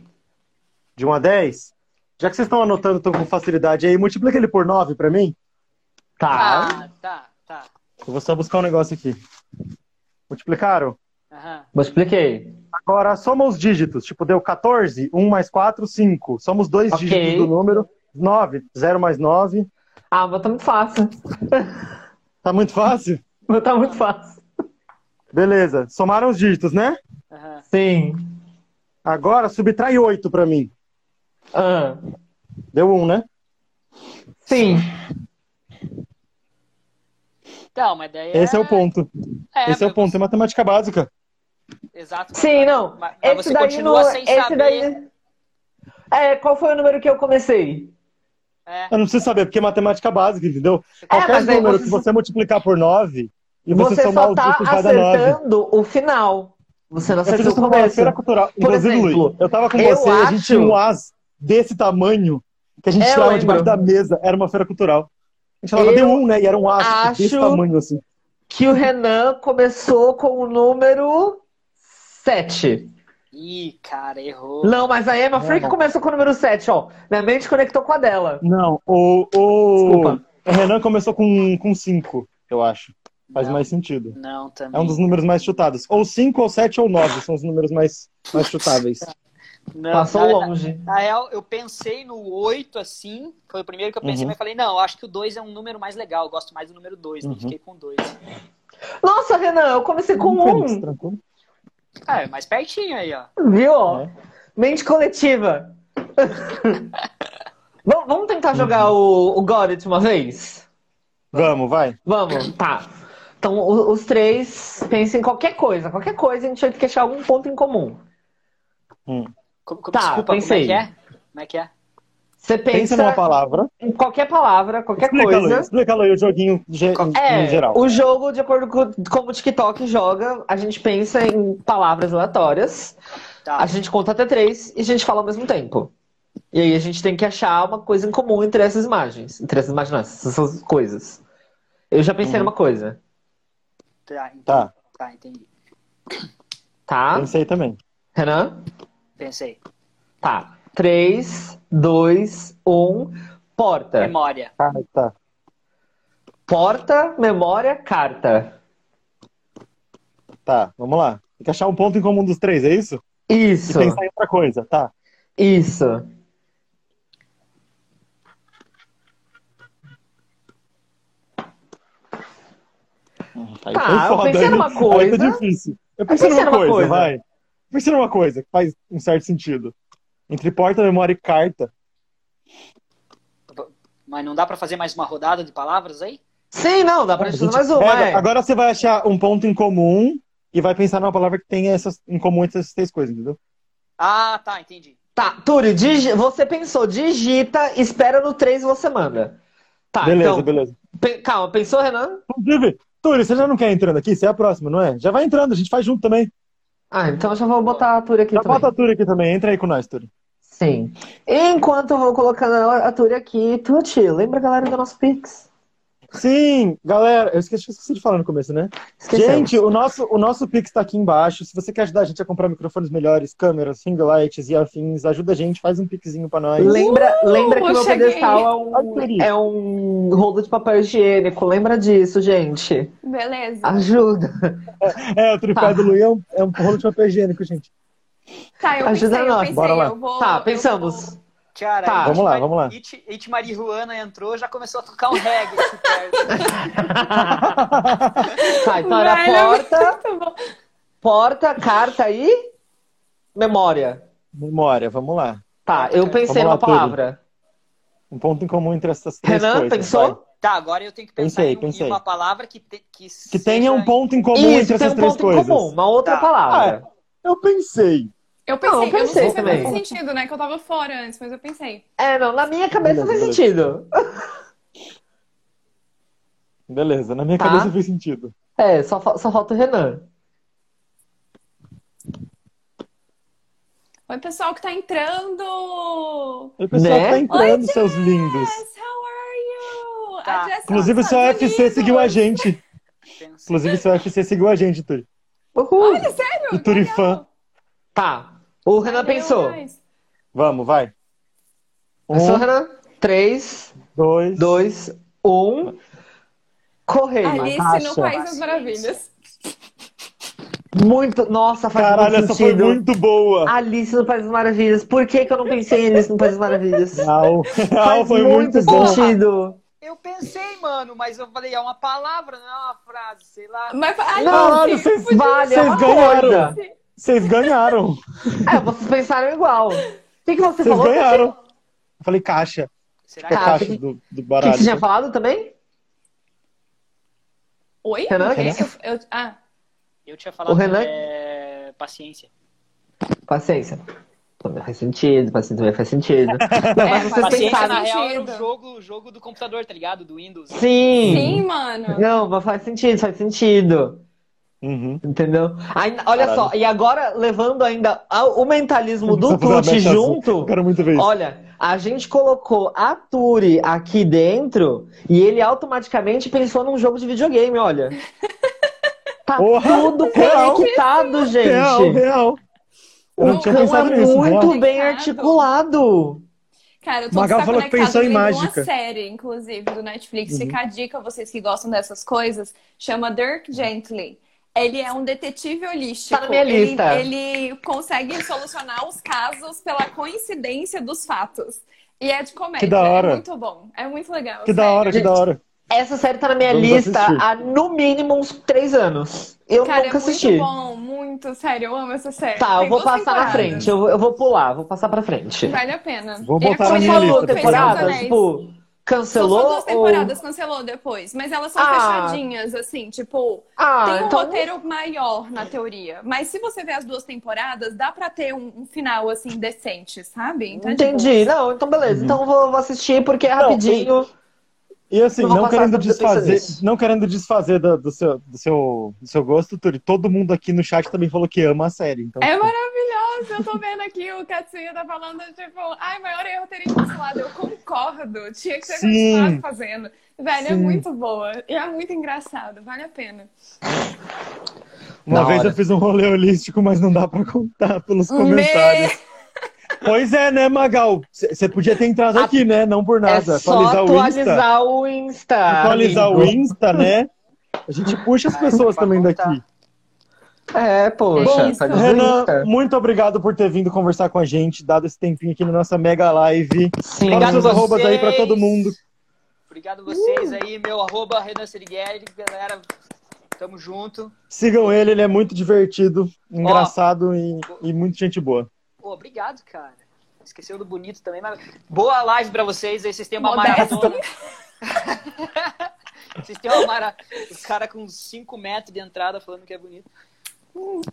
S2: De 1 a 10? Já que vocês estão anotando tão com facilidade aí, multiplica ele por 9 pra mim.
S1: Tá.
S3: Ah, tá, tá.
S2: Eu vou só buscar um negócio aqui. Multiplicaram?
S3: Aham.
S1: Multipliquei.
S2: Agora, soma os dígitos. Tipo, deu 14, 1 mais 4, 5. Somos dois
S1: Ok.
S2: dígitos do número. 9, 0 mais 9.
S1: Ah, mas tá muito fácil.
S2: Tá muito fácil?
S1: Mas tá muito fácil.
S2: Beleza. Somaram os dígitos, né?
S3: aham.
S1: Sim.
S2: Agora, subtrai 8 pra mim.
S1: Ah.
S2: Deu 1, né?
S1: Sim.
S3: Então, mas daí.
S2: Esse é o ponto. Esse é o
S3: mas-
S2: ponto. É matemática básica.
S3: Exato.
S1: Sim, não.
S3: Mas, mas
S1: Esse
S3: você
S1: daí
S3: continua
S1: não. é-
S3: sem
S1: Esse
S3: saber.
S1: daí. É, qual foi o número que eu comecei?
S3: É,
S2: Eu não preciso saber, porque é matemática básica, entendeu?
S1: É,
S2: Qualquer
S1: mas aí
S2: número
S1: você-
S2: que você multiplicar por 9 e você, é
S1: Você
S2: somar
S1: só
S2: os
S1: tá
S2: dígitos vai dar 9.
S1: acertando o final. Você não
S2: Eu fiz
S1: acertou o
S2: isso numa
S1: começo.
S2: feira cultural.
S1: Por
S2: Inclusive,
S1: exemplo,
S2: Luiz, eu tava com
S1: eu
S2: você, a gente
S1: acho-
S2: tinha um as desse tamanho que a gente
S1: É, eu
S2: tirava
S1: lembro.
S2: debaixo da mesa. Era uma feira cultural. A gente falava
S1: Eu
S2: de um, né? E era um as
S1: acho-
S2: desse tamanho, assim.
S1: Que o Renan começou com o número 7.
S3: Ih, cara, errou.
S1: Não, mas a Emma foi que começou com o número 7, ó. Minha mente conectou com a dela.
S2: Não, o, o...
S1: Desculpa.
S2: o Renan começou com com 5, eu acho. Faz
S3: Não.
S2: mais sentido.
S3: Não,
S2: É
S3: também.
S2: um dos números mais chutados. Ou 5, ou 7, ou 9 são os números mais, mais chutáveis.
S3: Não,
S1: Passou
S3: na-
S1: longe.
S3: Na real, eu pensei no 8 assim, foi o primeiro que eu pensei,
S2: Uhum.
S3: mas falei, não, eu acho que o 2 é um número mais legal, eu gosto mais do número 2,
S2: Uhum.
S3: né? fiquei com 2.
S1: Nossa, Renan, eu comecei com
S2: Feliz,
S1: um,
S2: tranquilo.
S3: Ah, é mais pertinho aí, ó.
S1: viu?
S2: É.
S1: Mente
S2: (laughs)
S1: coletiva. Vam- Vamos tentar jogar o, o God It uma vez?
S2: Vamos, vai.
S1: Vamos, tá. Então, o- os três pensem em qualquer coisa. Qualquer coisa, a gente tem que achar algum ponto em comum.
S3: Como- como-
S1: Tá,
S3: Desculpa,
S1: pensei.
S3: como é que é? Como é que é?
S1: Você
S2: Pensa
S1: pensa,
S2: numa palavra.
S1: em qualquer palavra, qualquer
S2: Explica,
S1: coisa.
S2: Luiz. Explica, Luiz, o joguinho ge-
S1: É,
S2: em geral.
S1: o jogo, de acordo com como o TikTok joga, a gente pensa em palavras aleatórias.
S3: Tá.
S1: A gente conta até três e a gente fala ao mesmo tempo. E aí a gente tem que achar uma coisa em comum entre essas imagens. Entre essas imagens, não, essas coisas. Eu já pensei
S2: Uhum.
S1: numa coisa,
S3: Tá, entendi.
S2: Tá.
S3: Tá, entendi.
S1: tá?
S2: Pensei também.
S1: Renan?
S3: Pensei.
S1: Tá. Três, dois, um. Porta.
S3: Memória.
S2: Ah, tá.
S1: Porta, memória, carta.
S2: Tá, vamos lá. Tem que achar um ponto em comum dos três, é isso? E
S1: Isso.
S2: pensar em outra coisa, tá.
S1: Isso.
S2: Aí
S1: Tá,
S2: foi
S1: eu
S2: foda,
S1: pensei
S2: hein?
S1: numa
S2: Aí
S1: coisa.
S2: tá difícil. Eu pensei,
S1: pensei
S2: numa
S1: numa
S2: coisa,
S1: coisa.
S2: vai. Eu pensei numa coisa que faz um certo sentido. Entre porta, memória e carta.
S3: Mas não dá pra fazer mais uma rodada de palavras aí?
S1: Sim, não, dá pra
S2: A
S1: gente
S2: gente
S1: fazer mais uma.
S2: pega-
S1: é.
S2: Agora você vai achar um ponto em comum e vai pensar numa palavra que tenha essas em comum entre essas três coisas, entendeu?
S3: Ah, tá, entendi.
S1: Tá, Túlio, digi- você pensou, digita, espera no 3 você manda. Tá,
S2: beleza,
S1: então.
S2: beleza.
S1: pe- Calma, pensou, Renan?
S2: Inclusive, Túlio, você já não quer ir entrando aqui? Você é a próxima, não é? Já vai entrando, a gente faz junto também.
S1: Ah, então eu já vou botar a Turi aqui
S2: Já
S1: também.
S2: bota a Turi aqui também, entra aí com nós, Turi.
S1: Sim. Enquanto eu vou colocando a a Turi aqui, Tuti, lembra a galera do nosso Pix?
S2: Sim, galera, eu esqueci, esqueci de falar no começo, né?
S1: Esquecemos.
S2: Gente, o nosso, o nosso Pix tá aqui embaixo. Se você quer ajudar a gente a comprar microfones melhores, câmeras, ring lights e afins, ajuda a gente, faz um pixinho pra nós.
S1: Lembra,
S6: Uh,
S1: lembra
S3: eu
S1: que o meu
S3: cheguei.
S1: pedestal é
S2: Olha,
S1: um,
S2: Turi.
S1: é um rolo de papel higiênico. Lembra disso, gente.
S6: Beleza.
S1: Ah. Ajuda.
S2: É, o tripé do Luiz é um, é um rolo de papel higiênico, gente.
S6: Tá, eu
S1: Ajuda
S6: pensei, eu
S1: nós,
S6: pensei,
S2: bora lá.
S6: eu vou.
S1: Tá,
S6: eu
S1: pensamos.
S3: Cara,
S1: Tá,
S3: It
S2: vamos lá,
S3: Mari-
S2: vamos lá.
S3: It, It Marihuana entrou, já começou a tocar um reggae. aqui
S2: (laughs)
S3: perto.
S1: Tá, então era
S6: Velho, (laughs)
S1: porta,
S6: vou- muito tá bom.
S1: porta, carta e memória.
S2: Memória, vamos lá.
S1: Tá, eu pensei
S2: Vamos lá,
S1: numa
S2: Turi.
S1: palavra.
S2: Um ponto em comum entre essas três
S1: Renan,
S2: coisas. vai.
S1: pensou?
S3: tá, agora eu tenho que pensar
S2: Pensei,
S3: em, um- em
S2: pensei.
S3: uma palavra que, te, que,
S2: Que
S3: seja-
S2: tenha um ponto em comum entre
S1: Isso, tem
S2: essas
S1: um
S2: três
S1: ponto
S2: coisas.
S1: em comum, uma outra
S3: Tá.
S1: palavra.
S2: Eu pensei.
S6: Eu pensei,
S1: Não, eu
S6: eu não
S1: pensei
S6: sei se vai fazer
S1: também.
S6: sentido, né? Que eu tava fora antes, mas eu pensei.
S1: É, não, na minha cabeça
S2: Beleza,
S1: faz
S2: beleza.
S1: sentido.
S2: Beleza, na minha
S1: Tá.
S2: cabeça fez sentido.
S1: É, só, fa- só falta o Renan.
S6: Oi, pessoal que tá entrando!
S2: E o pessoal
S1: Né?
S2: tá entrando, seus lindos.
S6: Yes, how are you?
S3: Tá.
S6: A Jess tá
S2: Inclusive, o
S6: nos
S2: seu
S6: Estados
S2: UFC
S6: Unidos.
S2: seguiu a gente.
S3: Pensei.
S2: Inclusive, o seu UFC seguiu a gente, Turi.
S1: Uhul.
S6: Olha, sério?
S2: E Turifã.
S6: Legal.
S1: Tá, o Renan
S6: Valeu,
S1: pensou.
S6: guys.
S2: Vamos, vai.
S1: Pensou,
S2: Um,
S1: Renan? um. 3,
S2: dois,
S1: 2, 1. Correio.
S6: Alice no
S2: Natasha.
S6: País das Maravilhas.
S1: Muito. Nossa, faz
S2: Caralho,
S1: muito
S2: essa foi
S1: sentido.
S2: muito boa.
S1: Alice no País das Maravilhas. Por que, que eu não pensei em Alice no País das Maravilhas?
S2: Real, (laughs) real
S1: Faz
S2: foi muito, bom.
S1: sentido.
S3: Eu pensei, mano, mas eu falei, é uma palavra, não é uma frase, sei lá.
S6: Mas, ah, ai,
S2: Caralho,
S6: gente,
S2: vocês-
S6: podia-
S1: Vale, é
S2: Vocês
S1: uma
S2: ganharam.
S1: coisa.
S2: Vocês ganharam.
S1: É, vocês pensaram igual. O que, que você
S2: Vocês
S1: falou?
S2: ganharam. Eu falei caixa.
S3: Será
S2: É
S3: que
S1: Tá.
S2: a caixa do, do
S1: O que,
S2: baralho.
S1: que você tinha falado também?
S6: Oi?
S1: Renan?
S6: O quê?
S1: é?
S6: Eu, eu- ah,
S3: eu tinha falado
S1: O Renan-
S3: é, paciência?
S1: Paciência. Também faz sentido, paciência também faz
S6: (laughs)
S1: sentido. Não, mas
S6: É,
S1: vocês
S6: paciência
S3: Paciência,
S1: pensaram.
S3: na real, era o
S6: sentido.
S3: jogo, o jogo do computador, tá ligado? Do Windows.
S1: Sim.
S6: sim, mano.
S1: Não, mas faz sentido, faz sentido.
S2: Uhum.
S1: Entendeu? Ainda- olha
S2: Caralho.
S1: só, e agora levando ainda ao- o mentalismo do
S2: Precisa fazer uma
S1: Tuti
S2: meta azul.
S1: junto.
S2: Quero muito ver isso.
S1: Olha, a gente colocou a Turi aqui dentro e ele automaticamente pensou num jogo de videogame,
S6: (laughs)
S1: olha. Tá
S2: Porra,
S1: tudo
S2: real.
S1: conectado, gente.
S2: Real, real. Eu não
S6: O
S2: tinha
S6: cão
S1: Então é
S2: pensado nisso.
S1: muito
S2: real.
S1: bem
S6: Obrigado.
S1: articulado.
S6: Cara, eu tô
S2: Magal falou que
S6: desconectada,
S2: pensou em
S6: eu lembrei de
S2: mágica.
S6: uma série, inclusive, do Netflix.
S2: Uhum.
S6: Fica a dica, vocês que gostam dessas coisas. Chama Dirk Gently. Ele é um detetive holístico.
S1: Tá na minha
S6: Ele-
S1: lista.
S6: Ele, consegue solucionar os casos pela coincidência dos fatos. E é de comédia.
S2: Que da hora.
S6: É muito bom. É muito legal.
S2: Que da
S6: sério.
S2: hora, que da hora.
S1: Essa série tá na minha
S2: Vamos
S1: lista
S2: assistir.
S1: há no mínimo uns três anos. Eu
S6: Cara,
S1: nunca
S6: é muito
S1: assisti.
S6: bom, muito, sério, eu amo essa série.
S1: Tá,
S6: Tem
S1: eu vou
S6: duas
S1: passar na
S6: temporadas.
S1: frente. Eu, vou- eu vou pular, vou passar pra frente.
S6: Vale a pena.
S2: Vou
S6: E a
S2: botar na
S1: Só
S6: Coreia
S2: minha
S6: do
S1: falou
S2: lista,
S6: Sul fez Senhor dos
S1: temporada?
S6: Anéis.
S1: Tipo,
S6: Só
S1: cancelou?
S6: são duas
S1: ou-
S6: temporadas, cancelou depois. Mas elas são
S1: Ah.
S6: fechadinhas, assim, tipo,
S1: Ah,
S6: tem um
S1: então.
S6: roteiro maior na teoria. Mas se você ver as duas temporadas, dá pra ter um, um final, assim, decente, sabe? Então, é de
S1: Entendi.
S6: boa.
S1: Não, então beleza. Então eu vou, vou assistir porque é
S2: Não,
S1: rapidinho.
S2: E assim,
S1: Eu vou
S2: não
S1: passar
S2: querendo
S1: rápido, eu
S2: desfazer,
S1: penso nisso.
S2: não querendo desfazer da- do, seu, do, seu, do seu gosto, Turi, todo mundo aqui no chat também falou que ama a série. Então,
S6: É maravilhoso! Eu tô vendo aqui o Katsuya tá falando, tipo, ai, maior erro teria cancelado. Eu concordo, tinha que ter
S2: Sim.
S6: continuado fazendo. Velho, é
S2: Sim.
S6: muito boa. E é muito engraçado, vale a pena.
S2: uma
S1: Na
S2: vez
S1: hora.
S2: eu fiz um rolê holístico, mas não dá pra contar pelos comentários. Pois é, né, Magal? Você podia ter entrado
S1: A-
S2: aqui, né? Não por
S1: É
S2: nada.
S1: só
S2: atualizar o Insta.
S1: atualizar o Insta.
S2: Atualizar o
S1: amigo.
S2: Insta, né? A gente puxa as
S3: Ah,
S2: pessoas
S3: pra
S2: também
S3: contar.
S2: daqui.
S1: É, poxa.
S6: Isso.
S1: atualiza o
S2: Renan,
S1: Insta.
S2: muito obrigado por ter vindo conversar com a gente, dado esse tempinho aqui na nossa mega live.
S1: Sim.
S2: Fala seus
S3: vocês.
S2: arrobas aí pra todo mundo.
S3: Obrigado vocês aí, meu arroba Renan Serigueri, galera. Tamo junto.
S2: Sigam ele, ele é muito divertido, engraçado e, e muito gente boa.
S3: Pô, obrigado, cara. Esqueceu do bonito também, mas boa live pra vocês. Aí vocês têm uma
S6: Modesto.
S3: maratona. (laughs) vocês têm uma mara... O cara com 5 metros de entrada falando que é bonito.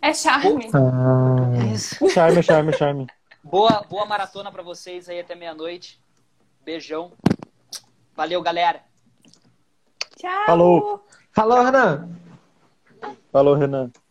S6: É charme.
S1: Ah,
S2: Charme, charme, charme.
S3: Boa, boa maratona pra vocês aí até meia-noite. Beijão. Valeu, galera.
S6: Tchau!
S2: Falou.
S1: Falou, Renan.
S2: Falou, Renan.